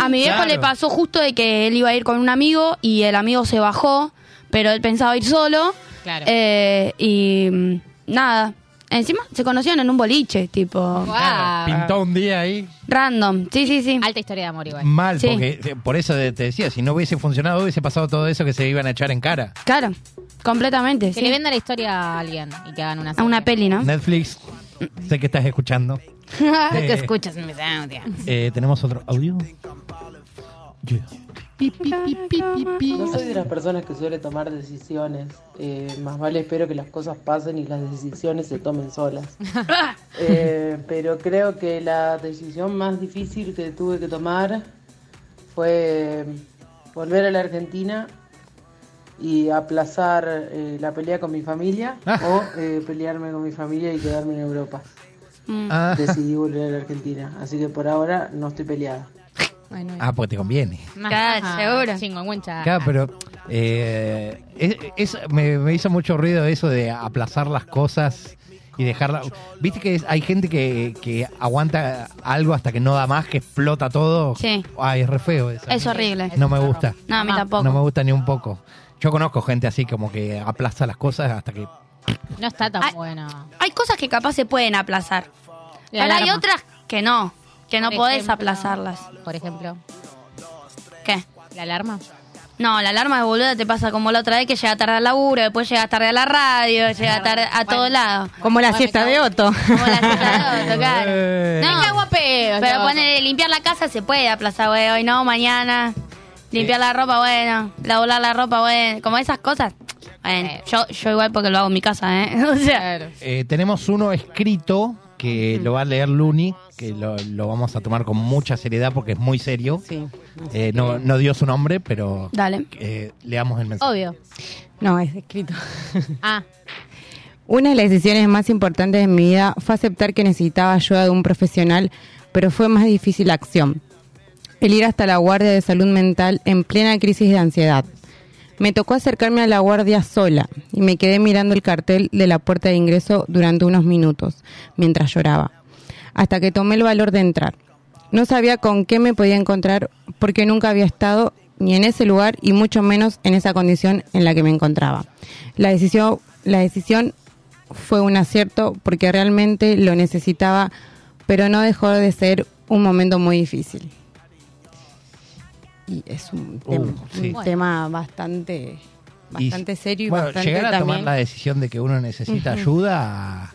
Speaker 4: a mi viejo
Speaker 3: Claro.
Speaker 4: le pasó justo de que él iba a ir con un amigo y el amigo se bajó, pero él pensaba ir solo.
Speaker 5: Claro.
Speaker 4: Eh, y mm, nada, encima se conocieron en un boliche, tipo,
Speaker 5: Wow.
Speaker 3: Pintó un día ahí.
Speaker 4: random. Sí, sí, sí.
Speaker 5: Alta historia de amor igual.
Speaker 3: Mal,
Speaker 4: Sí.
Speaker 3: porque eh, por eso te decía, si no hubiese funcionado, hubiese pasado todo eso que se iban a echar en cara.
Speaker 4: Claro, completamente.
Speaker 5: Que
Speaker 4: sí.
Speaker 5: le venda la historia a alguien y que hagan una
Speaker 4: A una
Speaker 5: serie.
Speaker 4: peli, ¿no?
Speaker 3: Netflix, sé que estás escuchando.
Speaker 8: Lo que
Speaker 3: Eh,
Speaker 8: escuchas me da odia.
Speaker 3: eh, Tenemos otro audio. Yeah.
Speaker 9: No soy de las personas que suele tomar decisiones. eh, más vale espero que las cosas pasen y las decisiones se tomen solas. Eh, pero creo que la decisión más difícil que tuve que tomar fue volver a la Argentina y aplazar eh, la pelea con mi familia
Speaker 8: Ah.
Speaker 9: o eh, pelearme con mi familia y quedarme en Europa.
Speaker 4: Mm.
Speaker 3: Ah.
Speaker 9: Decidí volver a la Argentina, así que por ahora no estoy peleada.
Speaker 3: Ah, pues te conviene.
Speaker 5: Claro, seguro. Chingüengüencha.
Speaker 3: Claro, pero eh, es- es- me, me hizo mucho ruido eso de aplazar las cosas y dejarla. Viste que es- hay gente que, que aguanta algo hasta que no da más, que explota todo.
Speaker 4: Sí.
Speaker 3: Ay, es re feo eso.
Speaker 4: Es horrible.
Speaker 3: No me gusta.
Speaker 4: No, a mí tampoco.
Speaker 3: No me gusta ni un poco. Yo conozco gente así como que aplaza las cosas hasta que.
Speaker 5: No está tan
Speaker 3: Ah,
Speaker 5: bueno.
Speaker 4: Hay cosas que capaz se pueden aplazar.
Speaker 5: La
Speaker 4: pero hay
Speaker 5: alarma.
Speaker 4: otras que no, que no
Speaker 5: Por
Speaker 4: podés
Speaker 5: ejemplo.
Speaker 4: aplazarlas.
Speaker 5: Por ejemplo,
Speaker 4: ¿Qué?
Speaker 5: la alarma.
Speaker 4: No, la alarma de boluda te pasa como la otra vez que llega tarde al laburo, después llega tarde a la radio, llega tarde a todos lados.
Speaker 8: Como la siesta de Otto.
Speaker 3: Eh,
Speaker 4: No, pero poner, limpiar la casa se puede aplazar, güey, hoy no, mañana. Limpiar la ropa, bueno. Lavar la ropa, bueno. Como esas cosas. Bueno, yo, yo igual porque lo hago en mi casa, ¿eh? O sea,
Speaker 3: Eh, tenemos uno escrito que lo va a leer Luni, que lo, lo vamos a tomar con mucha seriedad porque es muy serio. Eh, no, no dio su nombre, pero
Speaker 4: Dale.
Speaker 3: eh, leamos el mensaje.
Speaker 5: Obvio.
Speaker 8: No, es escrito.
Speaker 5: Ah,
Speaker 8: Una de las decisiones más importantes de mi vida fue aceptar que necesitaba ayuda de un profesional, pero fue más difícil la acción. El ir hasta la guardia de salud mental en plena crisis de ansiedad. Me tocó acercarme a la guardia sola y me quedé mirando el cartel de la puerta de ingreso durante unos minutos, mientras lloraba, hasta que tomé el valor de entrar. No sabía con qué me podía encontrar porque nunca había estado ni en ese lugar y mucho menos en esa condición en la que me encontraba. La decisión, la decisión fue un acierto porque realmente lo necesitaba, pero no dejó de ser un momento muy difícil. Y es un tema,
Speaker 3: Uh, sí.
Speaker 8: un tema bastante,
Speaker 3: Y-
Speaker 8: bastante serio y
Speaker 3: bueno,
Speaker 8: bastante
Speaker 3: llegar a tomar
Speaker 8: también.
Speaker 3: la decisión de que uno necesita
Speaker 8: Ujú.
Speaker 3: ayuda,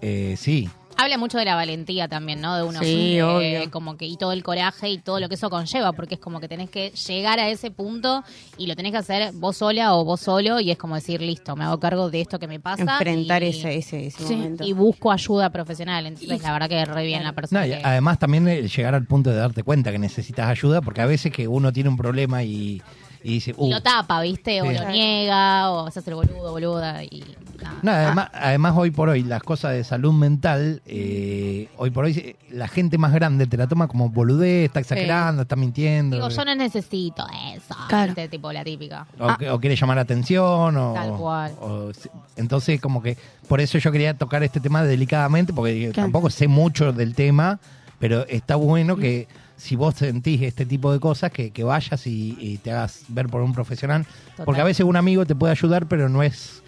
Speaker 3: eh, sí.
Speaker 5: habla mucho de la valentía también, ¿no? De uno
Speaker 3: Sí,
Speaker 5: eh,
Speaker 3: obvio.
Speaker 5: como que y todo el coraje y todo lo que eso conlleva, porque es como que tenés que llegar a ese punto y lo tenés que hacer vos sola o vos solo y es como decir, listo, me hago cargo de esto que me pasa
Speaker 8: enfrentar
Speaker 5: y,
Speaker 8: ese, ese, ese
Speaker 5: Sí,
Speaker 8: momento.
Speaker 5: y busco ayuda profesional, entonces la verdad que re bien la persona.
Speaker 3: No, y
Speaker 5: que-
Speaker 3: además también eh, llegar al punto de darte cuenta que necesitas ayuda, porque a veces que uno tiene un problema y, y dice,
Speaker 5: y
Speaker 3: "Uh".
Speaker 5: lo tapa, ¿viste? O
Speaker 3: Sí.
Speaker 5: lo niega, o se hace el boludo, boluda. Y nada.
Speaker 3: No, además, además hoy por hoy las cosas de salud mental, eh, hoy por hoy eh, la gente más grande te la toma como boludez, está exagerando, está mintiendo,
Speaker 5: Digo,
Speaker 3: eh,
Speaker 5: yo no necesito eso. ¿viste? Tipo la típica.
Speaker 3: o, que- o quiere llamar la atención, o,
Speaker 5: Tal cual.
Speaker 3: o- entonces como que por eso yo quería tocar este tema delicadamente, porque digo, tampoco sé mucho del tema, pero está bueno que si vos sentís este tipo de cosas, que, que vayas y, y te hagas ver por un profesional, porque a veces un amigo te puede ayudar, pero no es...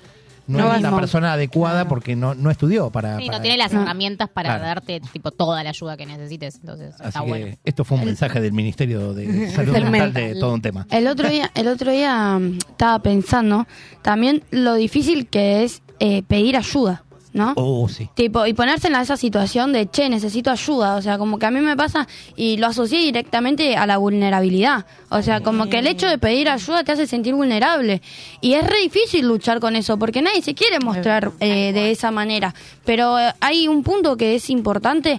Speaker 3: No,
Speaker 5: No
Speaker 3: es la
Speaker 5: mismo.
Speaker 3: persona adecuada porque no, no estudió para...
Speaker 5: Sí,
Speaker 3: Ah,
Speaker 5: no
Speaker 3: para-
Speaker 5: tiene las herramientas para
Speaker 3: Claro.
Speaker 5: darte tipo toda la ayuda que necesites, entonces
Speaker 3: Así
Speaker 5: está
Speaker 3: que
Speaker 5: bueno.
Speaker 3: esto fue un mensaje del Ministerio de
Speaker 4: Salud
Speaker 3: Salud Mental de
Speaker 4: mental.
Speaker 3: todo un tema.
Speaker 4: El otro día, el otro día mm, estaba pensando también lo difícil que es eh, pedir ayuda, ¿no?
Speaker 3: Oh, sí.
Speaker 4: Tipo, y ponerse en la- esa situación de, che, necesito ayuda. O sea, como que a mí me pasa y lo asocié directamente a la vulnerabilidad. O sea, como que el hecho de pedir ayuda te hace sentir vulnerable. Y es re difícil luchar con eso porque nadie se quiere mostrar eh, de esa manera. Pero eh, hay un punto que es importante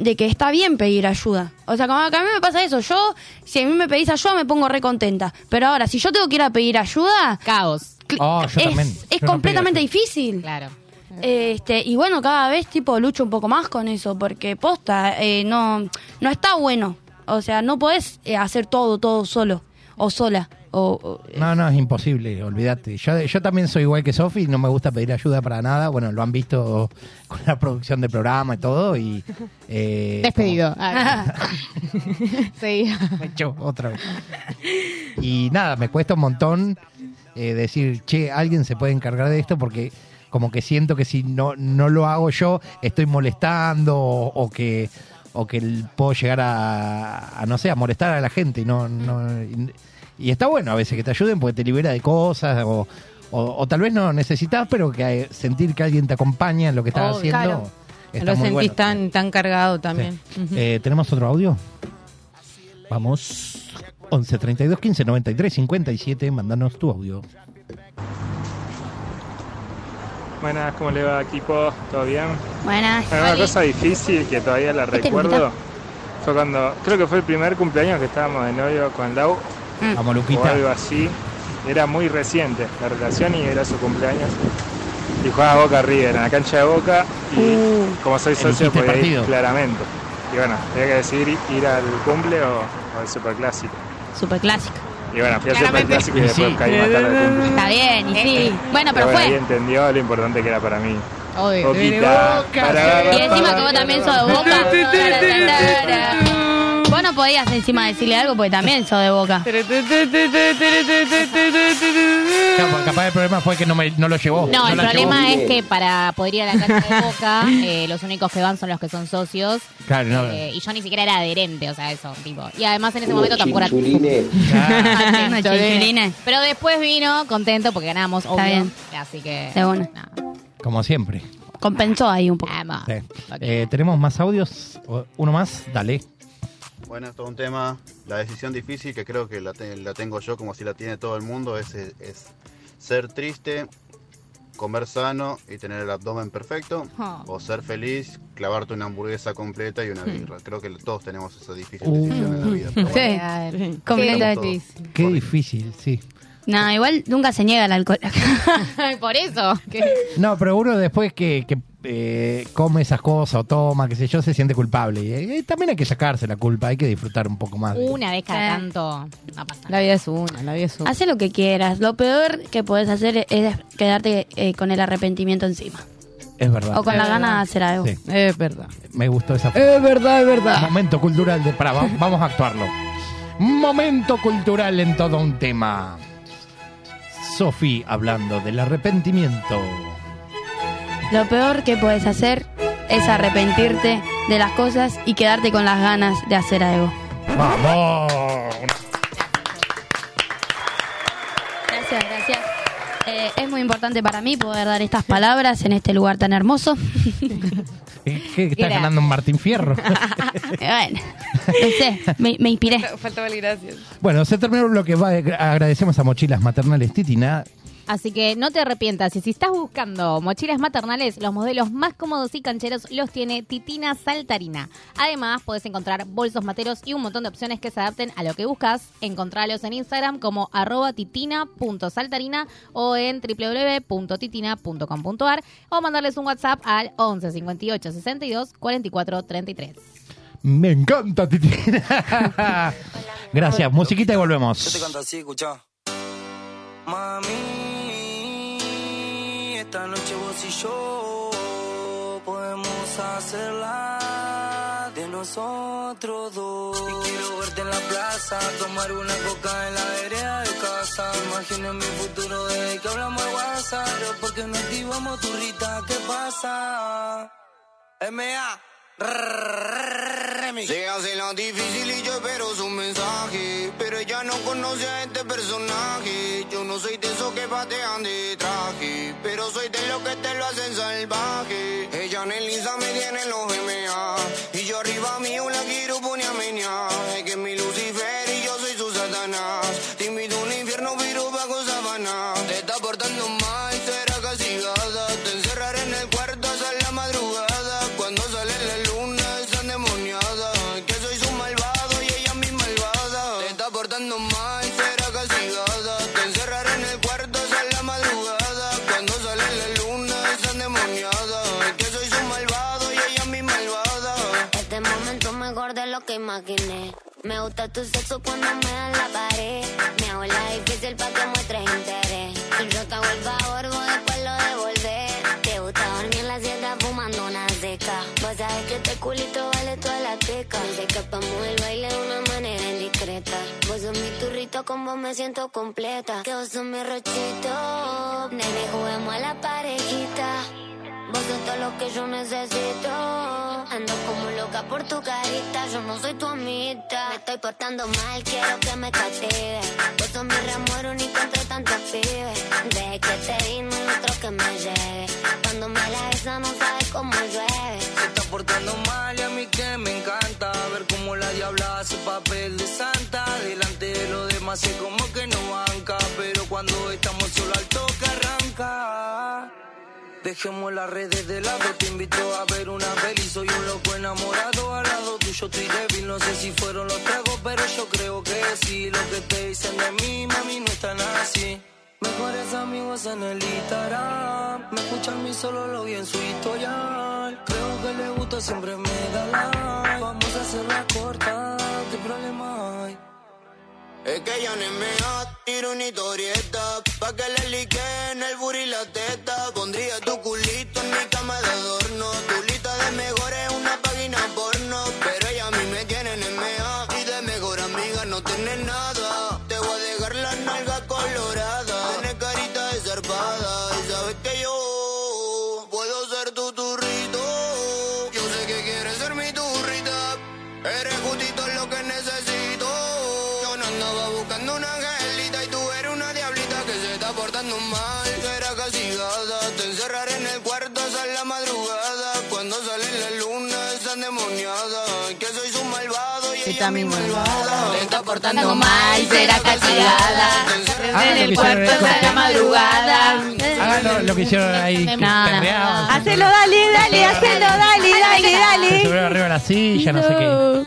Speaker 4: de que está bien pedir ayuda. O sea, como que a mí me pasa eso. Yo, si a mí me pedís ayuda, me pongo re contenta. Pero ahora, si yo tengo que ir a pedir ayuda...
Speaker 5: Caos.
Speaker 3: Oh, yo
Speaker 4: es,
Speaker 3: también.
Speaker 4: es
Speaker 3: Yo no pido
Speaker 4: completamente difícil.
Speaker 5: Claro.
Speaker 4: Este, y bueno, cada vez tipo lucho un poco más con eso, porque posta, eh, no, no está bueno. O sea, no podés eh, hacer todo, todo solo, o sola, o, o-
Speaker 3: No, no, es imposible, olvídate. Yo, yo también soy igual que Sofi, no me gusta pedir ayuda para nada. Bueno, lo han visto con la producción del programa y todo. Y, eh,
Speaker 5: Despedido.
Speaker 8: Ah.
Speaker 5: sí.
Speaker 3: como- yo, otra vez. Y nada, me cuesta un montón eh, decir, che, alguien se puede encargar de esto porque como que siento que si no, no lo hago yo, estoy molestando o, o que o que l- puedo llegar a, a, no sé, a molestar a la gente. Y, no, no, y, y está bueno a veces que te ayuden porque te libera de cosas o, o- o tal vez no necesitas, pero que eh, sentir que alguien te acompaña en lo que estás
Speaker 8: Obvio.
Speaker 3: haciendo.
Speaker 8: Claro.
Speaker 3: está
Speaker 8: lo
Speaker 3: muy
Speaker 8: sentís
Speaker 3: bueno.
Speaker 8: tan, tan cargado también. Ujú.
Speaker 3: Eh, ¿Tenemos otro audio? Vamos. 11 32 15 93 57. Mandanos tu audio.
Speaker 14: Buenas, ¿cómo le va equipo? ¿Todo bien?
Speaker 5: Ah,
Speaker 4: Buenas.
Speaker 14: Una cosa difícil que todavía la
Speaker 4: Este
Speaker 14: recuerdo
Speaker 4: Luquita.
Speaker 14: fue cuando, creo que fue el primer cumpleaños que estábamos de novio con Lau
Speaker 3: Vamos, Luquita.
Speaker 14: o algo así. era muy reciente la relación y era su cumpleaños. Y jugaba Boca River en la cancha de Boca y como soy socio
Speaker 3: Elegiste
Speaker 14: podía ir
Speaker 3: partido.
Speaker 14: claramente. Y bueno, tenía que decidir ir al cumple o, o al superclásico.
Speaker 5: Super clásico.
Speaker 14: Y bueno, fui al superclásico y después caí más tarde al cumple.
Speaker 5: Está bien, y sí. Bueno,
Speaker 14: Pero
Speaker 5: pero
Speaker 14: bueno, ahí
Speaker 5: fue.
Speaker 14: entendió lo importante que era para mí.
Speaker 5: Obvio.
Speaker 14: Boquita, para-
Speaker 4: Y encima que vos también sos de boca. Vos no podías encima decirle algo porque también sos de boca.
Speaker 3: Capaz, capaz el problema fue que no, me- no lo llevó.
Speaker 5: No, el
Speaker 3: la
Speaker 5: problema
Speaker 3: llevó.
Speaker 5: es que para poder ir a la cancha de Boca, eh, los únicos que van son los que son socios.
Speaker 3: Claro, no.
Speaker 5: eh, y yo ni siquiera era adherente, o sea, eso, tipo. Y además en ese momento tampoco era
Speaker 4: Unos chinchulines.
Speaker 5: Pero después vino contento porque ganamos, obvio.
Speaker 4: bien.
Speaker 5: Así que.
Speaker 4: De una.
Speaker 3: Como siempre.
Speaker 4: Compensó ahí un poco.
Speaker 5: Ah,
Speaker 3: Sí. Eh, ¿Tenemos más audios? O- ¿Uno más? Dale.
Speaker 15: Bueno, esto es un tema, la decisión difícil que creo que la, te- la tengo yo como si la tiene todo el mundo, es, es ser triste, comer sano y tener el abdomen perfecto,
Speaker 5: Oh.
Speaker 15: o ser feliz, clavarte una hamburguesa completa y una birra. Creo que todos tenemos esa difícil
Speaker 3: Uh.
Speaker 15: decisión en la vida. pero bueno.
Speaker 4: Sí,
Speaker 15: completamente.
Speaker 3: Qué difícil, sí.
Speaker 4: No, igual nunca se niega el alcohol.
Speaker 5: Por eso.
Speaker 3: No, pero uno después que, que, eh, come esas cosas o toma, qué sé yo, se siente culpable. Y, eh, también hay que sacarse la culpa, hay que disfrutar un poco más. de-
Speaker 5: Una vez cada tanto. No pasa
Speaker 8: La vida es una, la vida es una.
Speaker 4: Hace lo que quieras. Lo peor que podés hacer es quedarte eh, con el arrepentimiento encima.
Speaker 3: Es verdad.
Speaker 4: O con la gana de hacer algo.
Speaker 3: Sí.
Speaker 8: Es verdad.
Speaker 3: Me gustó esa frase.
Speaker 8: Es verdad, es verdad.
Speaker 3: Momento cultural de Prava. Vamos a actuarlo. Momento cultural en todo un tema. Sofi hablando del arrepentimiento.
Speaker 4: Lo peor que podés hacer es arrepentirte de las cosas y quedarte con las ganas de hacer algo.
Speaker 3: ¡Vamos!
Speaker 4: Gracias, gracias. Eh, es muy importante para mí poder dar estas palabras en este lugar tan hermoso.
Speaker 3: Eh, ¿Qué estás
Speaker 4: Gracias.
Speaker 3: ganando un Martín Fierro?
Speaker 4: Eh, bueno, no sé, me, me inspiré.
Speaker 2: Faltaba el gracias.
Speaker 3: bueno, se terminó lo que va. Agradecemos a Mochilas Maternales Titina.
Speaker 5: Así que no te arrepientas. Y si estás buscando mochilas maternales, los modelos más cómodos y cancheros los tiene Titina Saltarina. Además, podés encontrar bolsos materos y un montón de opciones que se adapten a lo que buscas. Encontralos en Instagram como arroba titina.saltarina o en www.titina.com.ar o mandarles un WhatsApp al 11 58 62 44 33.
Speaker 3: Me encanta Titina. Gracias. Musiquita y volvemos.
Speaker 16: Yo te canto así, escuchá. Mami, esta noche vos y yo podemos hacerla de nosotros dos. Y quiero verte en la plaza, tomar una coca en la vereda de casa. Imagino mi futuro desde que hablamos de WhatsApp, pero porque no activamos tu rita, ¿qué pasa? M.A. Remix.
Speaker 17: Se hace la difícil y yo espero su mensaje. Pero ella no conoce a este personaje. Yo no soy de esos que patean de traje. Pero soy de los que te lo hacen salvaje. Ella en el Insta me tiene en los MA. Y yo arriba mío la quiero poner a menear. Es que es mi Lucifer y yo soy su Satanás. Te invito a un infierno, pero bajo sabana. Te está portando mal, será castigada. Te encerraré en el cuarto hasta la madrugada. Cuando sale la luna, está endemoniada. Que soy su malvado y ella mi malvada. Te está portando mal, será castigada. Te encerraré en el cuarto hasta la madrugada. Cuando sale la luna, está endemoniada. Que soy su malvado y ella mi malvada.
Speaker 18: Este momento mejor de lo que imaginé. Me gusta tu sexo cuando me dan la pared. Me hago la difícil para que muestres interés. Yo te hago el favor, vos después lo devolver. Te gusta dormir en la sierra fumando una seca. Vos sabés que este culito vale toda la teca. Se escapamos del baile de una manera indiscreta. Vos sos mi turrito, con vos me siento completa. Que vos sos mi rochito. Nene, juguemos a la parejita. Vos sos todo lo que yo necesito. Ando como loca por tu carita, yo no soy tu amita. Me estoy portando mal, quiero que me castigue. Vos sos mi amor único entre tantos pibes. Desde que te vi, no hay otro que me lleve. Cuando me la besa, no sabes cómo llueve.
Speaker 16: Se está portando mal y a mí que me encanta ver cómo la diabla hace papel de santa. Delante de los demás es como que no banca, pero cuando estamos solo al toque arranca. Dejemos las redes de lado, te invito a ver una peli. Soy un loco enamorado, al lado tuyo estoy débil. No sé si fueron los tragos, pero yo creo que sí. Lo que te dicen de mí, mami, no es tan así. Mejores amigos en el Instagram. Me escuchan mi solo lo vi en su historial. Creo que le gusta, siempre me da like. Vamos a hacerla corta, ¿qué problema hay?
Speaker 17: Es que ella no es mea, tiro una historieta Pa' que le lique en el booty la teta Pondría tu culito en mi cama de adorno Tu lista de mejor es una página porno Pero ella a mí me tiene en mea Y de mejor amiga no tiene nada Te voy a dejar la nalga colorada Tienes carita de zarpada Y sabes que yo puedo ser tu turrito Yo sé que quieres ser mi turrita Eres justito lo que necesito. Yo no andaba buscando una angelita y tú eres una diablita que se está portando mal. Será castigada, te encerraré en el cuarto hasta la madrugada. Cuando sale la luna es endemoniada. Que soy su malvado y ella mi malvada. Te está portando mal, será castigada.
Speaker 2: En el cuarto de la madrugada.
Speaker 3: Háganlo Ah, lo que hicieron ahí. que perreaban, se
Speaker 2: Hacelo, dale, dale, hacelo, dale, dale,
Speaker 3: Se subieron arriba de la silla, no sé qué.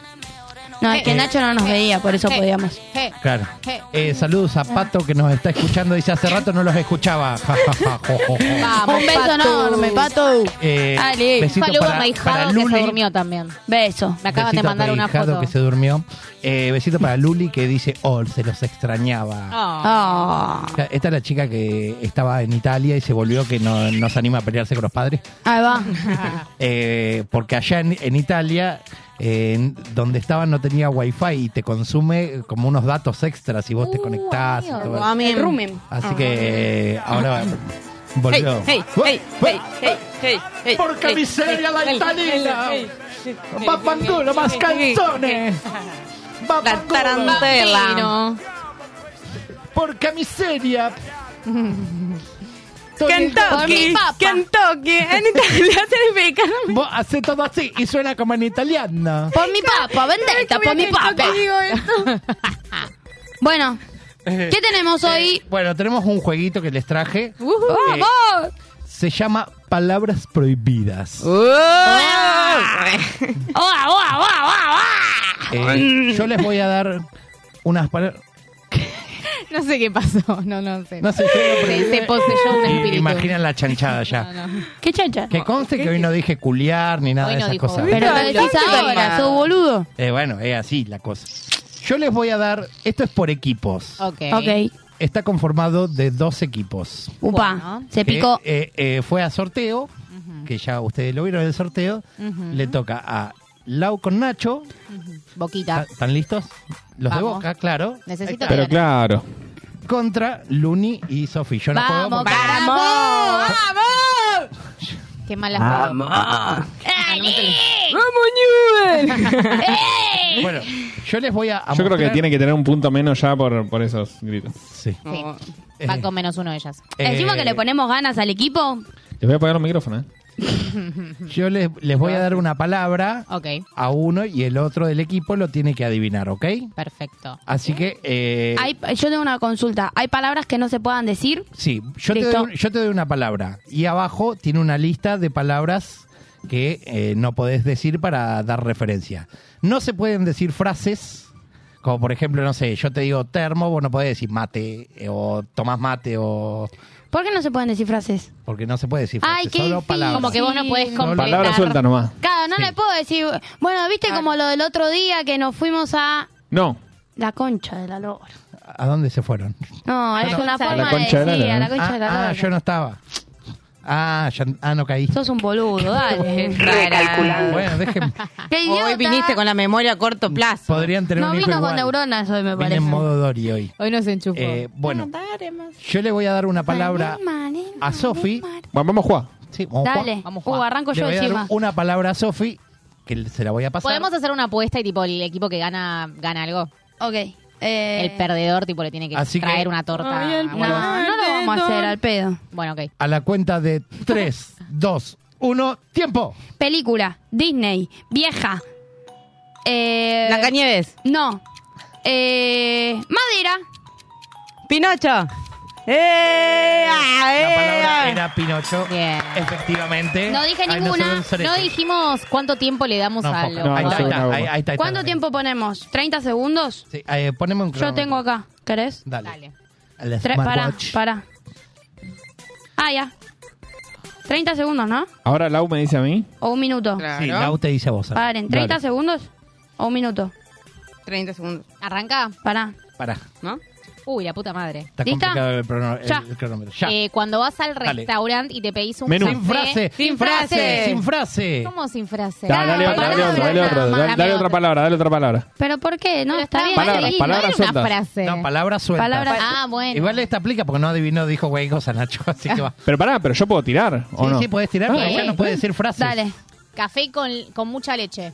Speaker 4: No, es que Nacho no nos veía, por eso podíamos.
Speaker 3: Claro. Eh, saludos a Pato que nos está escuchando. Dice, hace rato no los escuchaba. Ja, ja, ja, jo, jo, jo.
Speaker 4: Vamos, un beso
Speaker 5: Pato.
Speaker 4: enorme, Pato.
Speaker 3: Eh,
Speaker 5: Dale.
Speaker 3: besito
Speaker 5: Saludos
Speaker 3: para-
Speaker 5: a mi
Speaker 3: para
Speaker 5: hijado que se
Speaker 3: Luli.
Speaker 5: durmió también.
Speaker 4: Beso.
Speaker 5: Me acaba de
Speaker 3: Besito
Speaker 5: mandar
Speaker 3: para
Speaker 5: una
Speaker 3: Hijado
Speaker 5: foto.
Speaker 3: que se durmió. Eh, besito para Luli que dice, oh, se los extrañaba.
Speaker 5: Ah.
Speaker 2: Ah.
Speaker 3: O sea, Esta es la chica que estaba en Italia y se volvió que no, no se anima a pelearse con los padres.
Speaker 4: Ahí va.
Speaker 3: Eh, porque allá en, en Italia, eh, en- donde estaba no tenía wifi y te consume como unos datos extras si vos
Speaker 2: Uh,
Speaker 3: te conectás. y todo
Speaker 4: Ah,
Speaker 3: eso.
Speaker 2: El rumen.
Speaker 3: Así que eh, ahora volvió.
Speaker 2: Ah. Hey, hey, hey, hey, hey, hey,
Speaker 3: Porca
Speaker 2: hey,
Speaker 3: miseria,
Speaker 2: hey,
Speaker 3: la
Speaker 2: hey,
Speaker 3: italiana.
Speaker 2: hey, hey, hey,
Speaker 3: Papandulo,
Speaker 2: hey,
Speaker 3: más
Speaker 2: hey,
Speaker 3: calzones.
Speaker 2: La tarantela.
Speaker 3: Porca miseria.
Speaker 2: Por mi papa.
Speaker 3: Kentucky, en Italia significa. Vos hacés todo así y suena como en italiano.
Speaker 4: Por mi papa, vendetta, por mi papa. Bueno, ¿qué tenemos hoy?
Speaker 3: Bueno, tenemos un jueguito que les traje. Eh,
Speaker 4: ¡Vamos!
Speaker 3: se llama Palabras Prohibidas.
Speaker 2: Ah. ¡Oa, oa, oa, oa, oa!
Speaker 3: Eh, yo les voy a dar unas palabras.
Speaker 5: No sé qué pasó. No, no sé.
Speaker 3: No sé, yo lo
Speaker 5: se, se poseyó un
Speaker 3: Y
Speaker 5: espíritu.
Speaker 3: Imaginan la chanchada ya.
Speaker 4: ¿Qué chancha?
Speaker 3: Que conste que hoy no dije culiar ni nada
Speaker 4: Hoy
Speaker 3: de
Speaker 4: no
Speaker 3: esas
Speaker 4: dijo.
Speaker 3: cosas.
Speaker 4: Pero lo decís ahora, sos boludo.
Speaker 3: Eh, bueno, es así la cosa. Yo les voy a dar, esto es por equipos.
Speaker 5: Ok.
Speaker 4: Ok.
Speaker 3: Está conformado de dos equipos.
Speaker 4: Upa, se
Speaker 3: Que,
Speaker 4: picó.
Speaker 3: eh, eh, fue a sorteo, que ya ustedes lo vieron en el sorteo. Le toca a Lau con Nacho.
Speaker 5: Boquita.
Speaker 3: ¿Están listos? Los de
Speaker 5: Vamos.
Speaker 3: Boca, claro.
Speaker 5: Necesito
Speaker 3: Ah. Pero
Speaker 5: Pero
Speaker 6: claro.
Speaker 3: Contra Luni y Sofi. Yo no puedo
Speaker 5: ¡Vamos,
Speaker 3: porque-
Speaker 5: vamos! ¡Vamos! Qué malas
Speaker 3: ¡Vamos! Bueno, yo les voy a. a
Speaker 6: Yo creo que
Speaker 3: mostrar-
Speaker 6: tiene que tener un punto menos ya por, por esos gritos.
Speaker 3: Sí.
Speaker 5: Sí. Va con menos uno de ellas.
Speaker 4: Decimos
Speaker 3: Eh,
Speaker 4: que le ponemos ganas al equipo.
Speaker 6: Les voy a apagar los micrófonos, ¿eh?
Speaker 3: Yo les, les voy a dar una palabra
Speaker 5: Ok,
Speaker 3: a uno y el otro del equipo lo tiene que adivinar, ¿ok?
Speaker 5: perfecto.
Speaker 3: Así que. eh,
Speaker 4: Hay- yo tengo una consulta. ¿Hay palabras que no se puedan decir?
Speaker 3: Sí, yo te,
Speaker 4: Listo.
Speaker 3: doy, yo te doy una palabra. Y abajo tiene una lista de palabras que eh, no podés decir para dar referencia. No se pueden decir frases, como por ejemplo, no sé, yo te digo termo, vos no podés decir mate, eh, o tomás mate, o...
Speaker 4: ¿Por qué no se pueden decir frases?
Speaker 3: Porque no se puede decir frases,
Speaker 4: Ay, qué
Speaker 3: solo
Speaker 4: difícil.
Speaker 3: palabras. Solo-
Speaker 6: nomás.
Speaker 4: Claro, no le puedo decir. Bueno, viste como lo del otro día que nos fuimos a
Speaker 6: No.
Speaker 4: la concha de la lora.
Speaker 3: ¿A dónde se fueron?
Speaker 4: No, es una
Speaker 6: a la
Speaker 4: forma de
Speaker 6: concha de la
Speaker 4: decir,
Speaker 6: lora.
Speaker 4: a la concha
Speaker 3: ah,
Speaker 4: de la
Speaker 3: ah,
Speaker 4: lora.
Speaker 3: yo no estaba. Ah, ya- ah, no caí.
Speaker 4: Sos un boludo, dale.
Speaker 3: Bueno, déjenme.
Speaker 4: Qué idiota.
Speaker 8: Hoy viniste con la memoria a corto plazo.
Speaker 3: Podrían tener
Speaker 4: No
Speaker 3: un hijo
Speaker 4: vino con
Speaker 3: igual.
Speaker 4: neuronas hoy, me
Speaker 3: Vine
Speaker 4: parece.
Speaker 3: en modo Dory hoy.
Speaker 5: Hoy nos enchufó.
Speaker 3: Eh, bueno, yo le voy a dar una palabra a Sofi.
Speaker 6: Vamos, Juan.
Speaker 3: Sí, vamos, Juan.
Speaker 4: Dale. Uh, arranco
Speaker 3: Le
Speaker 4: yo
Speaker 3: voy a dar
Speaker 4: encima.
Speaker 3: una palabra a Sofi, que se la voy a pasar.
Speaker 5: Podemos hacer una apuesta y tipo el equipo que gana gana algo.
Speaker 4: Ok. eh,
Speaker 5: el perdedor tipo le tiene que
Speaker 3: Así que-
Speaker 5: traer una torta.
Speaker 4: Ay, el
Speaker 5: o algo
Speaker 4: No,
Speaker 5: así.
Speaker 4: no lo vamos a hacer al pedo.
Speaker 5: Bueno, ok.
Speaker 3: A la cuenta de 3, 2, 1, tiempo.
Speaker 4: Película, Disney, vieja. Eh,
Speaker 8: Blancanieves.
Speaker 4: No. Eh, madera.
Speaker 8: Pinocho. ¡Eh! ah,
Speaker 3: La
Speaker 8: eh,
Speaker 3: palabra
Speaker 8: ah.
Speaker 3: era Pinocho. Efectivamente.
Speaker 5: No dije
Speaker 3: Ay,
Speaker 5: ninguna.
Speaker 3: nosotros
Speaker 5: No
Speaker 3: sorete.
Speaker 5: dijimos cuánto tiempo le damos
Speaker 3: No,
Speaker 5: a
Speaker 3: poca.
Speaker 5: lo.
Speaker 3: No, ahí está, ahí está, ahí- ahí está, ahí
Speaker 4: ¿Cuánto
Speaker 3: está.
Speaker 4: tiempo ponemos? ¿30 segundos?
Speaker 3: Sí, eh, poneme un
Speaker 4: Yo
Speaker 3: cronómetro.
Speaker 4: tengo acá. ¿Querés?
Speaker 3: Dale. El
Speaker 4: Tre- pará,
Speaker 3: smartwatch.
Speaker 4: pará. Ah, ya. 30 segundos, ¿no?
Speaker 6: Ahora Lau me dice a mí.
Speaker 4: O un minuto.
Speaker 3: Sí, Lau te dice a vos. Ale.
Speaker 4: Paren, ¿30 segundos o un minuto?
Speaker 8: 30 segundos.
Speaker 5: Arranca.
Speaker 4: Pará.
Speaker 3: Pará.
Speaker 8: ¿No?
Speaker 5: Uy, la puta madre.
Speaker 3: Está
Speaker 5: ¿Lista?
Speaker 3: complicado el, prono- el
Speaker 5: Ya.
Speaker 3: cronómetro. Ya.
Speaker 5: Eh, cuando vas al
Speaker 3: Dale.
Speaker 5: restaurante y te pedís un
Speaker 3: Menú.
Speaker 5: café-
Speaker 3: Sin frase. Sin frase. Sin frase.
Speaker 5: ¿Cómo sin frase?
Speaker 6: Da- dale, otra, dale, otra, dale, otra, dale, dale otra palabra, dale otra palabra.
Speaker 4: ¿Pero por qué? No, está bien.
Speaker 6: Palabras,
Speaker 4: elegí,
Speaker 6: palabras
Speaker 4: no era una
Speaker 6: sueltas.
Speaker 4: frase.
Speaker 3: No, palabras sueltas.
Speaker 4: Palabras- Ah, bueno.
Speaker 3: Igual esta aplica porque no adivinó, dijo güey cosa Nacho, así
Speaker 4: Ah.
Speaker 3: que va.
Speaker 6: Pero pará, pero yo puedo tirar, ¿o
Speaker 3: Sí,
Speaker 6: no?
Speaker 3: sí, podés tirar, pero
Speaker 5: Ah,
Speaker 3: ella no
Speaker 5: ok.
Speaker 3: puede decir frases.
Speaker 5: Dale. Café con, con mucha leche.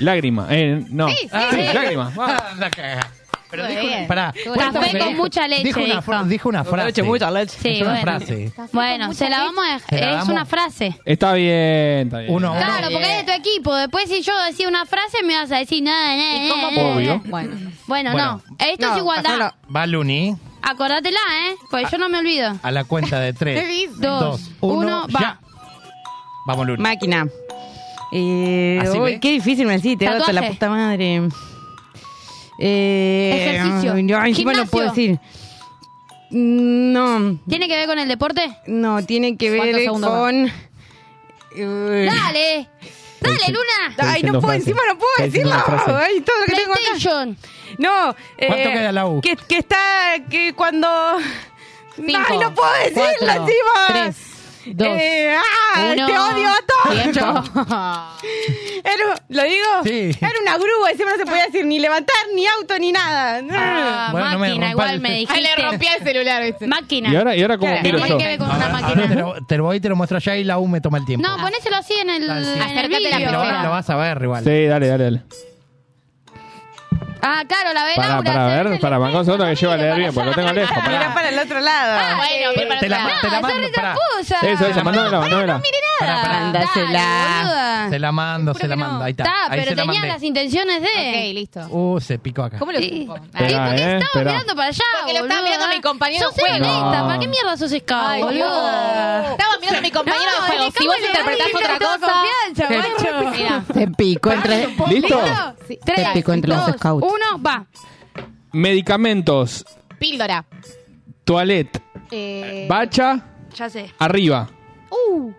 Speaker 6: Lágrima, eh, no.
Speaker 5: Sí, sí,
Speaker 6: Ah,
Speaker 5: sí.
Speaker 6: Lágrima.
Speaker 3: Anda cagada. Pero
Speaker 5: Muy
Speaker 3: dijo una,
Speaker 5: bien.
Speaker 3: pará,
Speaker 5: Estuvo
Speaker 3: cuéntame,
Speaker 5: bien. Café con
Speaker 3: dijo-
Speaker 4: mucha leche,
Speaker 3: Dijo una,
Speaker 4: dijo.
Speaker 3: fra- dijo una
Speaker 4: Con
Speaker 3: frase.
Speaker 4: leche, mucha leche. Sí,
Speaker 3: es una
Speaker 4: bueno.
Speaker 3: frase.
Speaker 4: Bueno, se la vamos a dejar.
Speaker 3: Se
Speaker 4: Es
Speaker 3: la damos.
Speaker 4: una frase.
Speaker 6: Está bien, está bien.
Speaker 3: Uno,
Speaker 4: Claro, porque es de tu equipo. Después, si yo decía una frase, me vas a decir nada, nada, nada, nada.
Speaker 6: Obvio.
Speaker 5: Bueno,
Speaker 4: Bueno,
Speaker 3: Bueno.
Speaker 4: no. Esto es igualdad.
Speaker 3: Va Luni
Speaker 4: Acordátela, ¿eh? Pues yo no me olvido.
Speaker 3: a la cuenta de
Speaker 4: ¿Qué
Speaker 3: tres,
Speaker 4: dices?
Speaker 3: dos, uno,
Speaker 4: Uno, va.
Speaker 3: ya. Vamos Luni.
Speaker 8: Máquina. Eh,
Speaker 3: Así
Speaker 8: uy,
Speaker 3: ve.
Speaker 8: qué difícil me decís, te agota la
Speaker 3: Tatuaje.
Speaker 8: puta madre. Eh,
Speaker 4: Ejercicio.
Speaker 8: ay, Yo encima no
Speaker 4: Gimnasio.
Speaker 8: puedo decir. No.
Speaker 4: ¿Tiene que ver con el deporte?
Speaker 8: No, tiene que
Speaker 4: ¿Cuántos
Speaker 8: ver
Speaker 4: segundos
Speaker 8: con. Eh,
Speaker 4: ¡Dale! ¡Dale, Luna!
Speaker 8: Ay, no puedo, encima no puedo decirlo. Ay, todo lo que tengo acá. No, eh,
Speaker 3: ¿Cuánto queda la U?
Speaker 8: Que, que está, que cuando...
Speaker 5: Cinco,
Speaker 8: Ay, no puedo decirlo
Speaker 5: cuatro,
Speaker 8: encima.
Speaker 5: tres, dos,
Speaker 8: Eh, ah,
Speaker 5: uno,
Speaker 8: te odio a
Speaker 5: tiempo.
Speaker 8: todo. Era un- ¿Lo digo? Era una grúa, encima no se podía decir ni levantar, ni auto, ni nada.
Speaker 4: Ah, Bueno, no me máquina, rompa igual el- me dijiste.
Speaker 8: Ay, le rompí el celular.
Speaker 4: Máquina.
Speaker 3: ¿Y ahora- y ahora cómo
Speaker 4: Claro,
Speaker 3: miro
Speaker 4: tiene
Speaker 3: yo? Ah,
Speaker 4: que ver con una máquina.
Speaker 3: Ahora te lo, te lo voy y te lo muestro allá y la U me toma el tiempo.
Speaker 4: No, ponéselo así en el,
Speaker 3: Ah, sí.
Speaker 4: en el
Speaker 5: Acércate la
Speaker 4: vídeo.
Speaker 3: Lo, vas- lo vas a ver igual. Sí,
Speaker 6: dale, dale, dale.
Speaker 4: Ah, claro, la ve
Speaker 6: Para,
Speaker 4: Laura.
Speaker 6: para ver, para, banco un segundo que lleva a leer bien, porque lo tengo lejos. Pará.
Speaker 8: para el otro lado.
Speaker 5: Ah, bueno,
Speaker 8: Pero
Speaker 5: para
Speaker 8: te la-
Speaker 5: atrás.
Speaker 8: te
Speaker 4: Ah,
Speaker 8: la mando,
Speaker 5: Sorry,
Speaker 8: pará.
Speaker 5: Ah.
Speaker 4: tramposa.
Speaker 6: Eso, eso, mandámela, mandámela.
Speaker 4: Dale,
Speaker 3: Se la mando, se la mando. Ahí está.
Speaker 4: Está,
Speaker 3: Ahí
Speaker 4: pero
Speaker 3: se la
Speaker 4: tenía
Speaker 3: mandé.
Speaker 4: las intenciones de. Ah, Ok,
Speaker 5: listo.
Speaker 3: Uh, se picó acá.
Speaker 5: ¿Cómo lo supo?
Speaker 3: Esperá, eh, esperá.
Speaker 4: mirando para allá.
Speaker 5: Porque lo estaba
Speaker 4: boluda.
Speaker 5: mirando mi compañero
Speaker 4: Sos
Speaker 5: de juego.
Speaker 4: hedionista,
Speaker 3: No.
Speaker 4: ¿Para qué mierda sos escabo,
Speaker 5: Ay,
Speaker 4: boluda?
Speaker 5: no. Estaba mirando a mi compañero de juego. Si vos interpretás otra cosa. Mira.
Speaker 8: Te pico entre...
Speaker 6: ¿Listo?
Speaker 5: Sí.
Speaker 8: Te
Speaker 4: Tres,
Speaker 8: pico entre los
Speaker 4: dos,
Speaker 8: scouts.
Speaker 4: uno, va.
Speaker 6: Medicamentos,
Speaker 5: Píldora.
Speaker 6: toilet,
Speaker 5: Eh,
Speaker 6: bacha,
Speaker 4: Ya sé.
Speaker 6: arriba.
Speaker 5: Uh,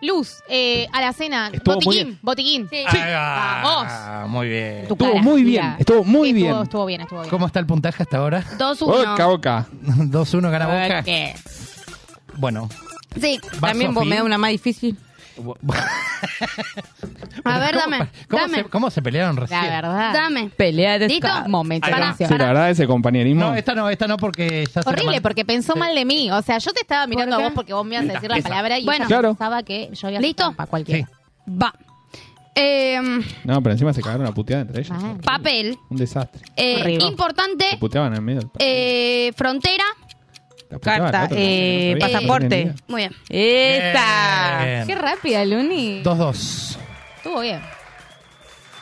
Speaker 5: luz. Eh, alacena.
Speaker 6: Estuvo muy
Speaker 5: botiquín.
Speaker 6: bien.
Speaker 5: Botiquín. Vamos.
Speaker 3: Ah, muy bien.
Speaker 5: Tu Estuvo cara, muy bien, mira.
Speaker 6: estuvo muy
Speaker 5: Sí, Estuvo, estuvo bien, estuvo bien.
Speaker 3: ¿Cómo está el puntaje hasta ahora?
Speaker 6: Oh,
Speaker 5: 2-1. Boca,
Speaker 6: boca.
Speaker 3: 2-1 gana boca.
Speaker 5: Porque-
Speaker 3: Bueno,
Speaker 4: Sí,
Speaker 3: Va,
Speaker 8: también
Speaker 3: Sofi.
Speaker 8: vos me da una más difícil.
Speaker 4: A ver, dame.
Speaker 3: ¿cómo,
Speaker 4: Dame.
Speaker 3: Se, cómo se pelearon recién?
Speaker 5: verdad.
Speaker 4: Dame.
Speaker 8: Pelea de
Speaker 4: ¿Listo?
Speaker 5: Momento.
Speaker 3: Ahí va.
Speaker 5: silencio.
Speaker 6: Sí, la verdad, ese compañerismo.
Speaker 3: No, esta no, esta no porque ya se la
Speaker 5: Horrible,
Speaker 3: mandé.
Speaker 5: porque pensó mal de mí. O sea, yo te estaba mirando a vos porque vos me ibas a decir la
Speaker 3: Esa.
Speaker 5: palabra y
Speaker 4: Bueno.
Speaker 5: ella
Speaker 4: Claro.
Speaker 5: pensaba que yo había
Speaker 4: ¿Listo?
Speaker 5: para cualquiera.
Speaker 4: Va. Em,
Speaker 6: No, pero encima se cagaron a puteada entre ellos.
Speaker 5: Ah.
Speaker 4: papel.
Speaker 6: Un desastre.
Speaker 4: eh,
Speaker 6: Horrible. Se
Speaker 4: importante.
Speaker 6: puteaban en el medio.
Speaker 4: eh, frontera.
Speaker 6: La puteaban,
Speaker 8: Carta,
Speaker 6: la otra, la
Speaker 8: eh,
Speaker 6: otra, la otra,
Speaker 8: pasaporte.
Speaker 6: la otra, la otra.
Speaker 4: Muy bien.
Speaker 8: ¡Esa! Eh.
Speaker 6: Bien.
Speaker 5: Qué rápida, Luni.
Speaker 3: 2-2.
Speaker 5: Estuvo bien.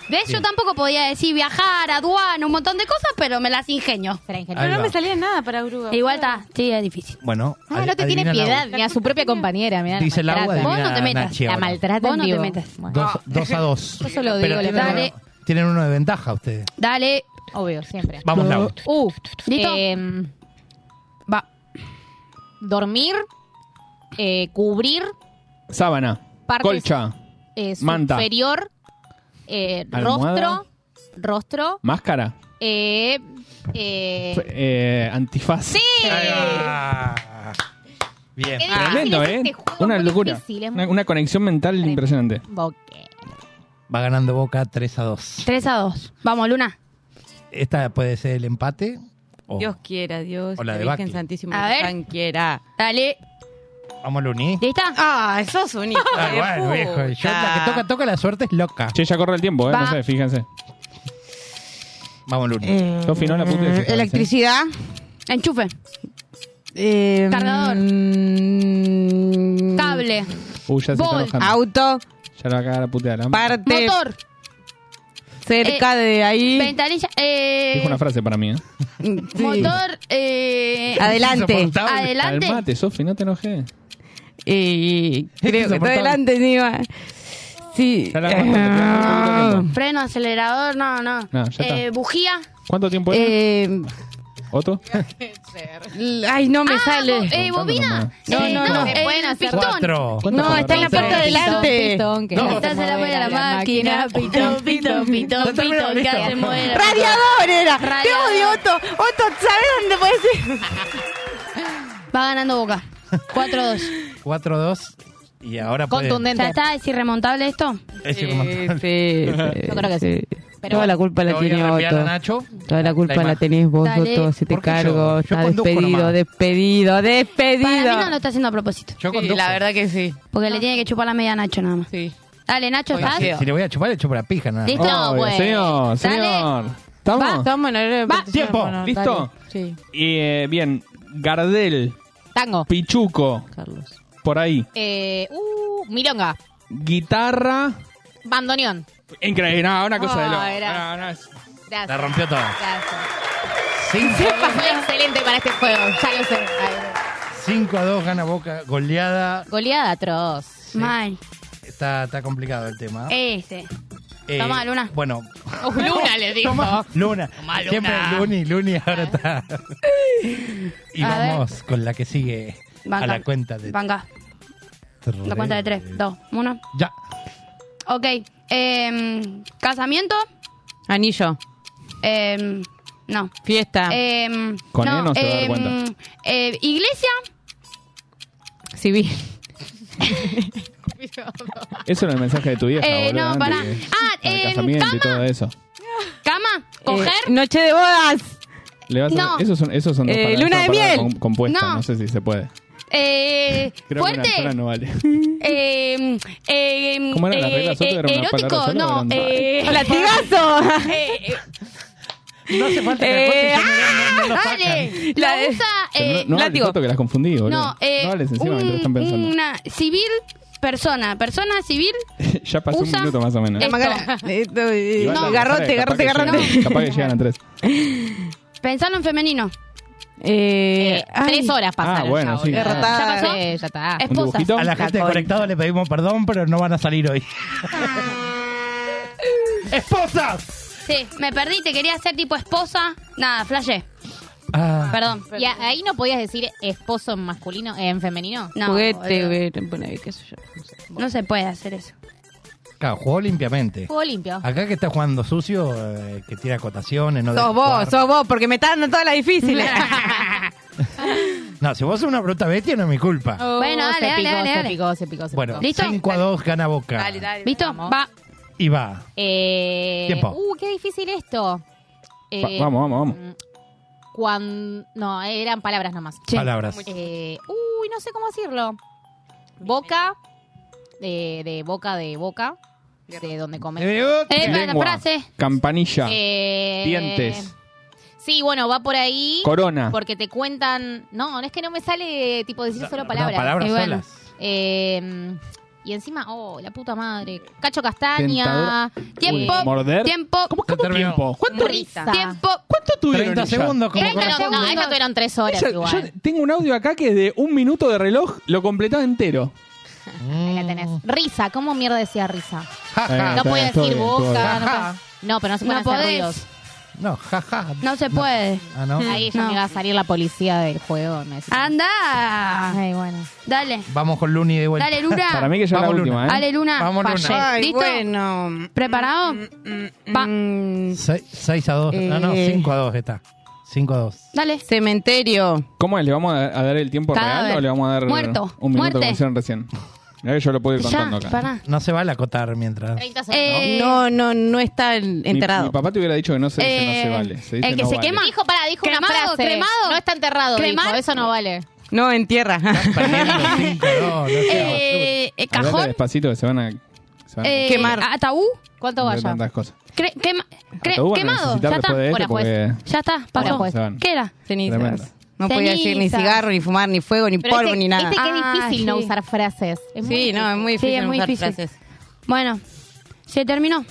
Speaker 4: ¿Ves? Yo
Speaker 3: Bien.
Speaker 4: tampoco podía decir viajar, aduana, un montón de cosas, pero me las ingenio.
Speaker 3: Ahí no va. me
Speaker 5: salía nada para Uruguay.
Speaker 4: Igual está, sí, es difícil.
Speaker 3: Bueno,
Speaker 5: Ah, No,
Speaker 3: ad-
Speaker 5: no te tiene
Speaker 3: adivina la
Speaker 5: piedad ni a su propia compañera. mirá, la
Speaker 3: Dice Lau,
Speaker 5: maltrata.
Speaker 3: adivina Vos no te metas. Nachi
Speaker 5: La
Speaker 3: ahora.
Speaker 5: maltrata
Speaker 4: Vos
Speaker 5: en
Speaker 4: no te
Speaker 5: vivo.
Speaker 4: metas.
Speaker 5: Bueno.
Speaker 3: Dos, dos a dos.
Speaker 5: Yo solo
Speaker 3: Pero
Speaker 5: digo la
Speaker 3: tienen,
Speaker 5: verdad.
Speaker 3: uno, tienen uno de ventaja ustedes.
Speaker 4: Dale.
Speaker 5: Obvio, siempre.
Speaker 3: Vamos, Lau.
Speaker 5: Uh,
Speaker 4: ¿Listo?
Speaker 5: em,
Speaker 4: Va.
Speaker 5: Dormir, eh, cubrir,
Speaker 6: Sábana.
Speaker 5: Partes-
Speaker 6: Colcha.
Speaker 5: eh,
Speaker 6: Manta.
Speaker 5: superior, eh,
Speaker 6: Almohada.
Speaker 5: rostro, rostro,
Speaker 6: Máscara.
Speaker 5: eh, eh,
Speaker 6: F- eh, antifaz.
Speaker 5: ¡Sí!
Speaker 6: Ahí va. Bien.
Speaker 5: Es difícil,
Speaker 6: Tremendo,
Speaker 5: es
Speaker 6: ¿eh?
Speaker 5: este juego
Speaker 6: Una
Speaker 5: muy
Speaker 6: locura.
Speaker 5: difícil, es
Speaker 6: una,
Speaker 5: muy-
Speaker 6: una conexión mental impresionante.
Speaker 5: boque.
Speaker 3: Va ganando Boca 3 a 2.
Speaker 4: 3 a 2. Vamos, Luna.
Speaker 3: Esta puede ser el empate. Oh, o-
Speaker 8: Dios quiera, Dios.
Speaker 3: O la
Speaker 8: la
Speaker 3: de
Speaker 8: Virgen
Speaker 3: Baki.
Speaker 8: Santísima.
Speaker 4: A ver.
Speaker 8: San quiera.
Speaker 4: Dale.
Speaker 3: Vamos, Luni.
Speaker 4: ¿Lista?
Speaker 8: Ah, sos un hijo
Speaker 3: Ah,
Speaker 8: de
Speaker 3: bueno,
Speaker 8: puta.
Speaker 3: viejo. Yo, la que toca, toca la suerte es loca.
Speaker 6: Che, ya corre el tiempo, ¿eh?
Speaker 8: Va.
Speaker 6: No sé, fíjense.
Speaker 3: Vamos, Luni.
Speaker 6: Sofi, no la puta.
Speaker 8: Eh, Electricidad.
Speaker 4: Enchufe.
Speaker 8: Eh,
Speaker 4: Cargador.
Speaker 8: mm,
Speaker 4: Cable.
Speaker 6: Uy, ya se está
Speaker 4: Bol.
Speaker 6: enojando.
Speaker 8: Auto.
Speaker 6: Ya la va a cagar a putear. ¿no?
Speaker 8: Parte.
Speaker 4: Motor.
Speaker 8: cerca
Speaker 4: eh,
Speaker 8: de ahí.
Speaker 4: Ventanilla, eh,
Speaker 6: Dijo una frase para mí, ¿eh?
Speaker 4: motor, eh,
Speaker 6: Ah. Insoportable.
Speaker 4: adelante,
Speaker 6: Calmate, Sofi, no te enojes.
Speaker 8: Y creo que está
Speaker 6: insoportable.
Speaker 8: adelante, Niva. Sí.
Speaker 6: la vamos a contar, claro, un poquito lento.
Speaker 4: freno, acelerador, no, no,
Speaker 6: No, ya está.
Speaker 4: Eh, bujía,
Speaker 6: ¿Cuánto tiempo es?
Speaker 8: Eh,
Speaker 6: ¿Otro?
Speaker 8: Ay, no me
Speaker 4: Ah,
Speaker 8: sale.
Speaker 4: bo- eh, bobina,
Speaker 8: No,
Speaker 4: Eh,
Speaker 8: no, no.
Speaker 4: eh,
Speaker 8: Pueden hacer-
Speaker 4: pistón.
Speaker 8: Cuatro. No, está en la parte de adelante. No.
Speaker 2: Estás en la
Speaker 4: mueve
Speaker 2: de la máquina. Pitón, pitón, pitón, pitón. ¿Qué hace mover la-
Speaker 8: Radiador era. Te
Speaker 4: Radiador.
Speaker 8: odio, Otto. Otto, ¿sabes dónde puede ser?
Speaker 4: Va ganando Boca. 4-2.
Speaker 3: 4-2 y ahora puede-
Speaker 4: ¿Ya está? ¿Es irremontable esto?
Speaker 3: Es irremontable.
Speaker 4: Yo creo que sí. Pero
Speaker 8: Toda la culpa la
Speaker 3: Lo voy a
Speaker 8: tiene
Speaker 3: reenviar a
Speaker 8: Otto.
Speaker 3: Nacho.
Speaker 8: Toda la culpa
Speaker 3: La
Speaker 8: la,
Speaker 3: imagen.
Speaker 8: tenés vos,
Speaker 4: Dale.
Speaker 8: Otto. Si te
Speaker 4: ¿Por qué
Speaker 8: cargo.
Speaker 4: yo?
Speaker 3: Yo
Speaker 8: Está
Speaker 3: conduzco
Speaker 8: despedido,
Speaker 3: nomás.
Speaker 8: despedido, despedido.
Speaker 4: Para mí no lo está haciendo a propósito.
Speaker 3: Yo conduzco. la verdad
Speaker 8: que sí.
Speaker 4: Porque le tiene que chupar la media a Nacho nada más.
Speaker 8: Sí.
Speaker 4: Dale, Nacho,
Speaker 3: Ah,
Speaker 4: ¿estás?
Speaker 3: si, si le voy a chupar, le chupo la pija. Nada.
Speaker 4: Listo, No, güey. Dale.
Speaker 6: Señor, señor. ¿Estamos?
Speaker 8: Va, estamos en el
Speaker 6: Tiempo, ¿listo?
Speaker 8: Sí.
Speaker 6: Eh, bien, Gardel.
Speaker 5: Tango.
Speaker 6: Pichuco.
Speaker 8: Carlos.
Speaker 6: Por ahí.
Speaker 5: Eh, uh, milonga.
Speaker 6: Guitarra.
Speaker 5: Bandoneón.
Speaker 6: Increíble. No, una cosa de loco.
Speaker 5: Ay, gracias.
Speaker 6: No, no, es-
Speaker 5: Gracias.
Speaker 6: La rompió toda.
Speaker 5: Gracias.
Speaker 3: Cinco.
Speaker 5: Soy excelente para este juego. Ya lo sé. Ay,
Speaker 3: 5 a 2 gana Boca, goleada.
Speaker 5: Goleada atroz.
Speaker 4: Mal.
Speaker 3: Está, está complicado el tema.
Speaker 4: Ese.
Speaker 3: Eh,
Speaker 4: Tomá, Luna.
Speaker 3: Bueno,
Speaker 5: Uh, Luna le dijo.
Speaker 3: Tomá, Luna.
Speaker 5: Tomá, Luna.
Speaker 3: Siempre Luni, Luni ahora está. Y
Speaker 4: A
Speaker 3: vamos con la que sigue
Speaker 4: Banca.
Speaker 3: a la cuenta de
Speaker 4: Banca. La cuenta de 3, 2, 1.
Speaker 3: Ya.
Speaker 4: Ok. em, casamiento.
Speaker 8: Anillo.
Speaker 4: em, no.
Speaker 8: Fiesta.
Speaker 4: Em,
Speaker 8: Con él no se va a dar
Speaker 4: em,
Speaker 8: cuenta.
Speaker 4: eh, iglesia.
Speaker 8: Civil.
Speaker 6: Eso era el mensaje de tu vieja.
Speaker 4: Eh,
Speaker 6: boludo,
Speaker 4: no,
Speaker 6: antes
Speaker 4: pará.
Speaker 6: que-
Speaker 4: Ah,
Speaker 6: el
Speaker 4: eh,
Speaker 6: casamiento y todo eso.
Speaker 4: Cama. Coger.
Speaker 8: Eh, noche de bodas.
Speaker 6: Le vas a-
Speaker 4: No.
Speaker 6: esos son, esos son dos
Speaker 4: Eh,
Speaker 6: palabras,
Speaker 4: luna
Speaker 6: son
Speaker 4: de
Speaker 6: palabras
Speaker 4: miel.
Speaker 6: com- compuestas,
Speaker 4: No.
Speaker 6: no. sé si se puede.
Speaker 4: eh,
Speaker 6: Creo que una sola
Speaker 4: fuerte.
Speaker 6: no vale.
Speaker 4: em, em,
Speaker 6: ¿Cómo era la
Speaker 4: eh,
Speaker 6: regla? ¿Solo
Speaker 4: eh,
Speaker 6: era una palabra
Speaker 4: Erótico.
Speaker 6: sola o
Speaker 4: No.
Speaker 6: eran dos?
Speaker 4: eh,
Speaker 8: ¡Latigazo!
Speaker 4: Eh, eh,
Speaker 3: No hace falta que
Speaker 8: Eh,
Speaker 4: Dale. La usa. eh,
Speaker 6: no no vale tanto que las confundí, boludo.
Speaker 4: No, eh,
Speaker 6: no vales encima mientras están pensando.
Speaker 4: una civil persona, persona civil.
Speaker 6: ya pasó
Speaker 4: usa-
Speaker 6: un minuto más o menos.
Speaker 4: Eh,
Speaker 6: Igual la-
Speaker 8: ah, garrote,
Speaker 6: capaz
Speaker 8: garrote,
Speaker 6: que llegan-
Speaker 8: garrote.
Speaker 6: Capaz que llegan a tres.
Speaker 4: Pensalo en femenino.
Speaker 8: Eh,
Speaker 5: Tres horas pasaron.
Speaker 6: Ah, bueno,
Speaker 5: ya,
Speaker 6: sí.
Speaker 5: boludo.
Speaker 6: Derrotada.
Speaker 5: Ya pasó. Sí, ya está.
Speaker 3: A la gente de Conectado le pedimos perdón, pero no van a salir hoy. ¡Esposas!
Speaker 4: Sí, me perdí, te quería hacer tipo esposa. Nada, flashé.
Speaker 3: Ah,
Speaker 4: Perdón.
Speaker 5: Y a- ahí no podías decir esposo en masculino, eh, en femenino.
Speaker 4: No,
Speaker 8: Juguete,
Speaker 4: boludo.
Speaker 8: ver, bueno, ahí, qué sé yo. no sé.
Speaker 4: No se puede hacer eso.
Speaker 3: claro, jugó limpiamente.
Speaker 5: Juego limpio.
Speaker 3: Acá que está jugando sucio, eh, que tira acotaciones, no deja
Speaker 8: Sos vos,
Speaker 3: jugar.
Speaker 8: sos vos, porque me está dando todas las difíciles.
Speaker 3: No, si vos sos una bruta bestia, no es mi culpa.
Speaker 8: Oh,
Speaker 4: Bueno, dale,
Speaker 8: se
Speaker 4: dale,
Speaker 8: picó,
Speaker 4: dale,
Speaker 8: se
Speaker 4: dale.
Speaker 8: picó, se picó, se
Speaker 3: Bueno,
Speaker 8: picó.
Speaker 3: 5 a 2 gana Boca.
Speaker 4: ¿Listo? Va.
Speaker 3: Y va.
Speaker 5: Eh,
Speaker 3: Tiempo.
Speaker 5: Uh, qué difícil esto. Eh,
Speaker 6: Va- vamos, vamos, vamos.
Speaker 5: Cuando, no, eran palabras nomás.
Speaker 6: Sí. Palabras.
Speaker 5: Eh, uy, no sé cómo decirlo. Boca, de, de boca, de boca, de donde comen.
Speaker 6: Eh,
Speaker 4: Eh,
Speaker 6: Lengua, Campanilla.
Speaker 5: Eh,
Speaker 6: Dientes.
Speaker 5: Sí, bueno, va por ahí.
Speaker 6: Corona.
Speaker 5: Porque te cuentan. No, no es que no me sale tipo decir solo palabras.
Speaker 6: palabras
Speaker 5: Eh, bueno.
Speaker 6: solas.
Speaker 5: Eh, y encima, oh, la puta madre. Cacho castaña.
Speaker 6: Tentador.
Speaker 5: Tiempo.
Speaker 6: Uy, morder.
Speaker 4: Tiempo.
Speaker 6: ¿Cómo, cómo tiempo? ¿Cuánto,
Speaker 5: Risa.
Speaker 8: Ah.
Speaker 4: Tiempo.
Speaker 6: cuánto tuvieron?
Speaker 3: 30
Speaker 6: ellas?
Speaker 3: segundos, como
Speaker 5: Esta no- no, esta tuvieron Ah, tres horas
Speaker 6: Ella-
Speaker 5: igual.
Speaker 6: yo tengo un audio acá que de un minuto de reloj lo completaba entero.
Speaker 5: Ahí la tenés. Risa, ¿cómo mierda decía risa?
Speaker 6: ja.
Speaker 5: no podía
Speaker 6: Ah, Está bien,
Speaker 5: decir
Speaker 6: todo bien, todo
Speaker 5: boca.
Speaker 6: bien.
Speaker 5: No, podía- no, pero no se
Speaker 4: No
Speaker 5: pueden hacer
Speaker 4: podés.
Speaker 5: ruidos.
Speaker 3: No, jaja.
Speaker 4: No se puede.
Speaker 3: Ah, no.
Speaker 5: Ahí ya me iba a salir la policía del juego. me decía.
Speaker 4: Anda.
Speaker 5: Ay, bueno.
Speaker 4: Dale.
Speaker 3: Vamos con Luni de vuelta.
Speaker 4: Dale, Luna. Para mí que
Speaker 6: ya es la
Speaker 3: Vamos,
Speaker 6: última, ¿eh?
Speaker 3: Luna.
Speaker 4: Dale, Luna.
Speaker 3: Vamos, Luna.
Speaker 4: Fallé.
Speaker 8: Ay,
Speaker 4: ¿Listo?
Speaker 8: bueno.
Speaker 6: Mm,
Speaker 4: ¿Preparado? Va.
Speaker 3: 6 a 2. No, no,
Speaker 8: Eh.
Speaker 3: 5 a 2 está. 5 a 2.
Speaker 4: Dale.
Speaker 8: Cementerio.
Speaker 6: ¿Cómo es? ¿Le vamos a a dar el tiempo
Speaker 8: Cadáver.
Speaker 6: real o le vamos a dar
Speaker 8: Muerto.
Speaker 6: un minuto
Speaker 8: Muerte.
Speaker 6: como hicieron recién? Mirá que yo lo puedo ir contando acá.
Speaker 3: No se vale acotar mientras.
Speaker 5: Eh,
Speaker 8: no, no, no está
Speaker 6: Mi,
Speaker 8: enterrado.
Speaker 6: mi papá te hubiera dicho que no se dice no se
Speaker 8: Eh,
Speaker 6: vale. Se dice
Speaker 8: el que
Speaker 6: no
Speaker 8: se
Speaker 6: vale.
Speaker 8: quema.
Speaker 5: Dijo, pará, dijo una
Speaker 4: Cremado,
Speaker 5: frase.
Speaker 4: cremado.
Speaker 5: No está enterrado,
Speaker 4: Cremar.
Speaker 5: dijo. Eso no vale.
Speaker 8: No, en tierra.
Speaker 6: No, no sé.
Speaker 4: Eh, eh,
Speaker 6: Hablale
Speaker 4: cajón.
Speaker 6: despacito que se van a... Se van a
Speaker 4: Eh, Ataúd.
Speaker 5: ¿Cuánto
Speaker 6: de tantas cosas.
Speaker 4: Cre- quema- cre-
Speaker 6: Ataúd van a
Speaker 4: quemado.
Speaker 6: necesitar
Speaker 4: Ya está. pues.
Speaker 6: después de este
Speaker 4: juez.
Speaker 6: porque-
Speaker 4: Ya está.
Speaker 6: Ahora
Speaker 4: Pasó.
Speaker 6: juez. Se van.
Speaker 4: ¿Qué era?
Speaker 8: Cenizas.
Speaker 6: Tremendo.
Speaker 8: No podía decir ni
Speaker 4: Cenizas.
Speaker 8: cigarro, ni fumar, ni fuego, ni
Speaker 5: Pero
Speaker 8: polvo,
Speaker 5: este,
Speaker 8: ni nada.
Speaker 5: este que es
Speaker 4: Ah,
Speaker 5: difícil no
Speaker 4: sí.
Speaker 5: usar frases. Es muy
Speaker 8: Sí, no, es muy
Speaker 4: Sí,
Speaker 8: difícil
Speaker 4: es muy
Speaker 8: usar
Speaker 4: difícil.
Speaker 8: frases.
Speaker 4: Bueno, se terminó.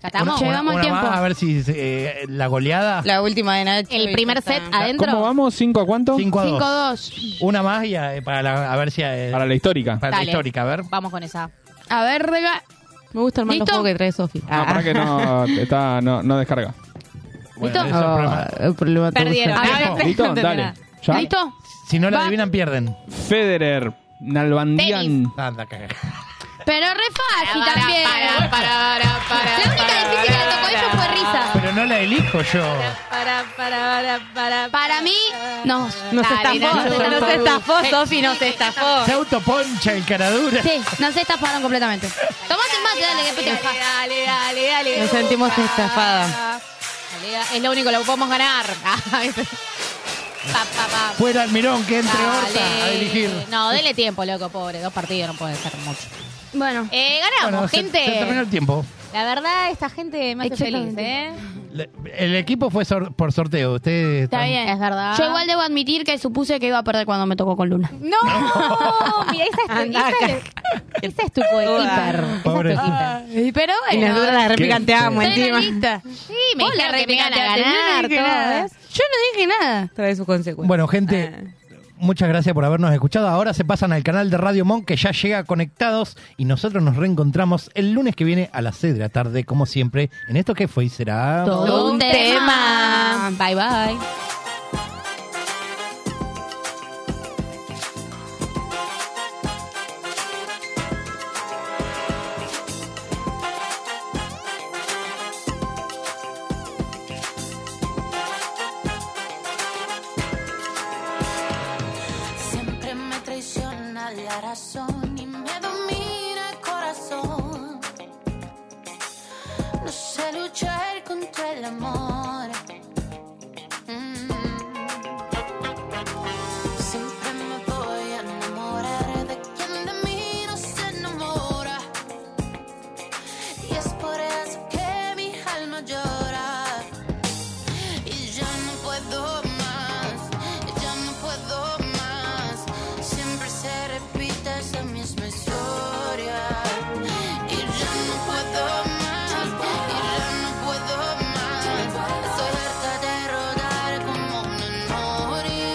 Speaker 5: ¿Catamos?
Speaker 3: Una- una más, a ver si eh, la goleada.
Speaker 8: La última de Nacho.
Speaker 5: El primer set
Speaker 6: ¿Cómo
Speaker 5: adentro.
Speaker 6: vamos? ¿Cinco a cuánto?
Speaker 3: 5 a 2.
Speaker 5: 5-2.
Speaker 3: Una más y a, para la, a ver si. eh,
Speaker 6: para la histórica.
Speaker 3: Para
Speaker 5: Dale.
Speaker 3: la histórica, a ver.
Speaker 5: Vamos con esa.
Speaker 4: A ver, rega.
Speaker 8: Me gustan más los
Speaker 4: ¿Listo?
Speaker 8: juegos que trae Sofi. Ah,
Speaker 6: No, para que no, está, no, no descarga.
Speaker 4: ¿Listo?
Speaker 6: eso es problema.
Speaker 8: el oh, problema tuyo.
Speaker 5: Perdieron. Ahora te-
Speaker 6: Listo,
Speaker 5: no te-
Speaker 6: dale. Ya.
Speaker 4: ¿Listo?
Speaker 3: Si no la adivinan, pierden.
Speaker 6: Federer, Nalbandian.
Speaker 4: Pero re fácil también. la única difícil que le tocó a ellos fue risa.
Speaker 3: Pero no la elijo yo.
Speaker 5: Para, para, para, para.
Speaker 4: Para mí, nos,
Speaker 8: Nos
Speaker 4: Dale,
Speaker 8: estafó,
Speaker 4: Nacho,
Speaker 8: nos
Speaker 4: por
Speaker 8: estafó,
Speaker 4: favor.
Speaker 8: Sofi, nos estafó.
Speaker 3: Se autoponcha el caradura.
Speaker 4: Sí, nos estafaron completamente. Tomate el mate, dale, que después te
Speaker 5: Dale,
Speaker 4: bajas.
Speaker 5: dale, dale, dale.
Speaker 8: Nos sentimos estafadas.
Speaker 5: Dale, dale. Es lo único que lo podemos ganar. Ah, Pa, pa, pa.
Speaker 3: Fuera Almirón, que entre Horta a
Speaker 5: Dale.
Speaker 3: dirigir.
Speaker 5: No, dele tiempo, loco, pobre. Dos partidos no puede ser mucho.
Speaker 4: Bueno,
Speaker 5: Eh, ganamos,
Speaker 3: Bueno, se-
Speaker 5: gente.
Speaker 3: Se, terminó el tiempo.
Speaker 5: La verdad, esta gente me hace feliz, ¿eh?
Speaker 3: Le- el equipo fue sor- por sorteo. Ustedes
Speaker 4: está
Speaker 3: están-
Speaker 4: bien.
Speaker 5: Es verdad.
Speaker 4: Yo igual debo admitir que supuse que iba a perder cuando me tocó con Luna.
Speaker 5: ¡No! Mira, esa es tu,
Speaker 8: Andá
Speaker 5: esa es, esa es tu coequiper.
Speaker 3: Pobre.
Speaker 5: Esa es tu equiper. Pero
Speaker 8: Y
Speaker 5: bueno.
Speaker 8: las dudas las repicanteamos
Speaker 4: Estoy en la
Speaker 8: encima.
Speaker 4: lista.
Speaker 5: Sí, me dijeron que me iban a ganar.
Speaker 8: dije
Speaker 5: todo,
Speaker 8: nada.
Speaker 5: ¿ves?
Speaker 8: Yo no dije nada. Trae Ah. sus consecuencias.
Speaker 3: Bueno, gente, muchas gracias por habernos escuchado. Ahora se pasan al canal de Radio Monk que ya llega conectados y nosotros nos reencontramos el lunes que viene a las 6 de la tarde, como siempre, en esto que fue y será.
Speaker 5: Todo un tema. Bye, bye.
Speaker 7: Siempre me traiciona la razón y me domina el corazón. No sé luchar contra el amor. Mm. Siempre me voy a enamorar de quien de mí no se enamora. Y es por eso que mi alma llora. Y ya no puedo más, ya no puedo más. Siempre se repite esa misma historia. Y ya no puedo más, y ya no puedo más. Estoy harta de rodar como una noria.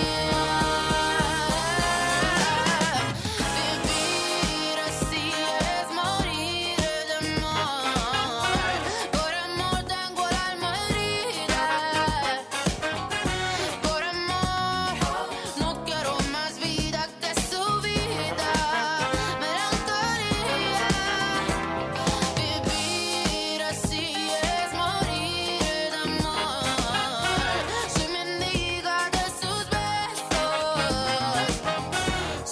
Speaker 7: Vivir así es morir de amor. Por amor tengo el alma herida. Por amor no quiero más vida que su vida. Melancolía. Vivir así es morir de amor. Soy mendiga de sus besos.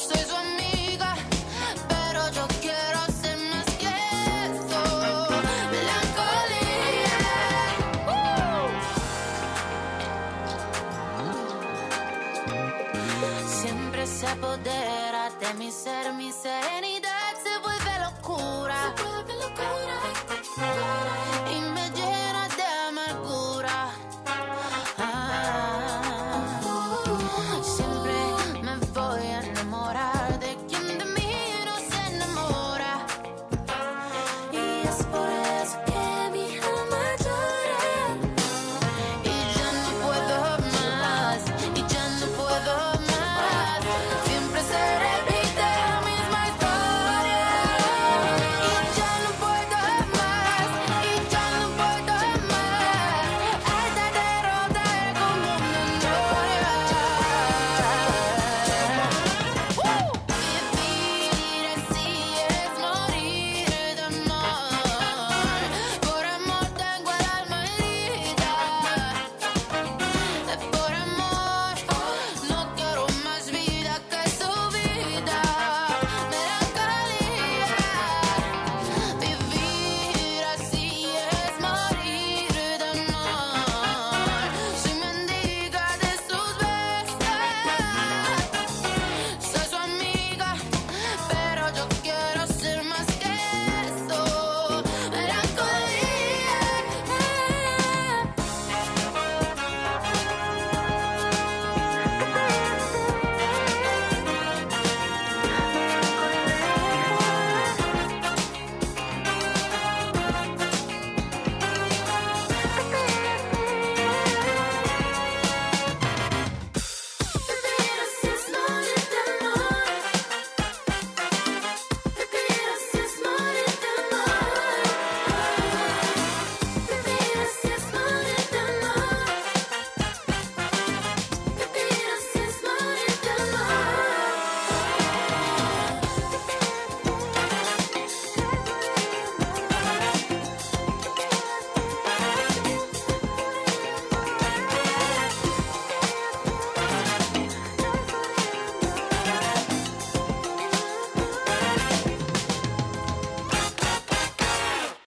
Speaker 7: Soy su amiga, pero yo quiero ser más que eso. Melancolía. Siempre se apodera de mi ser, mi serenidad
Speaker 8: Uh.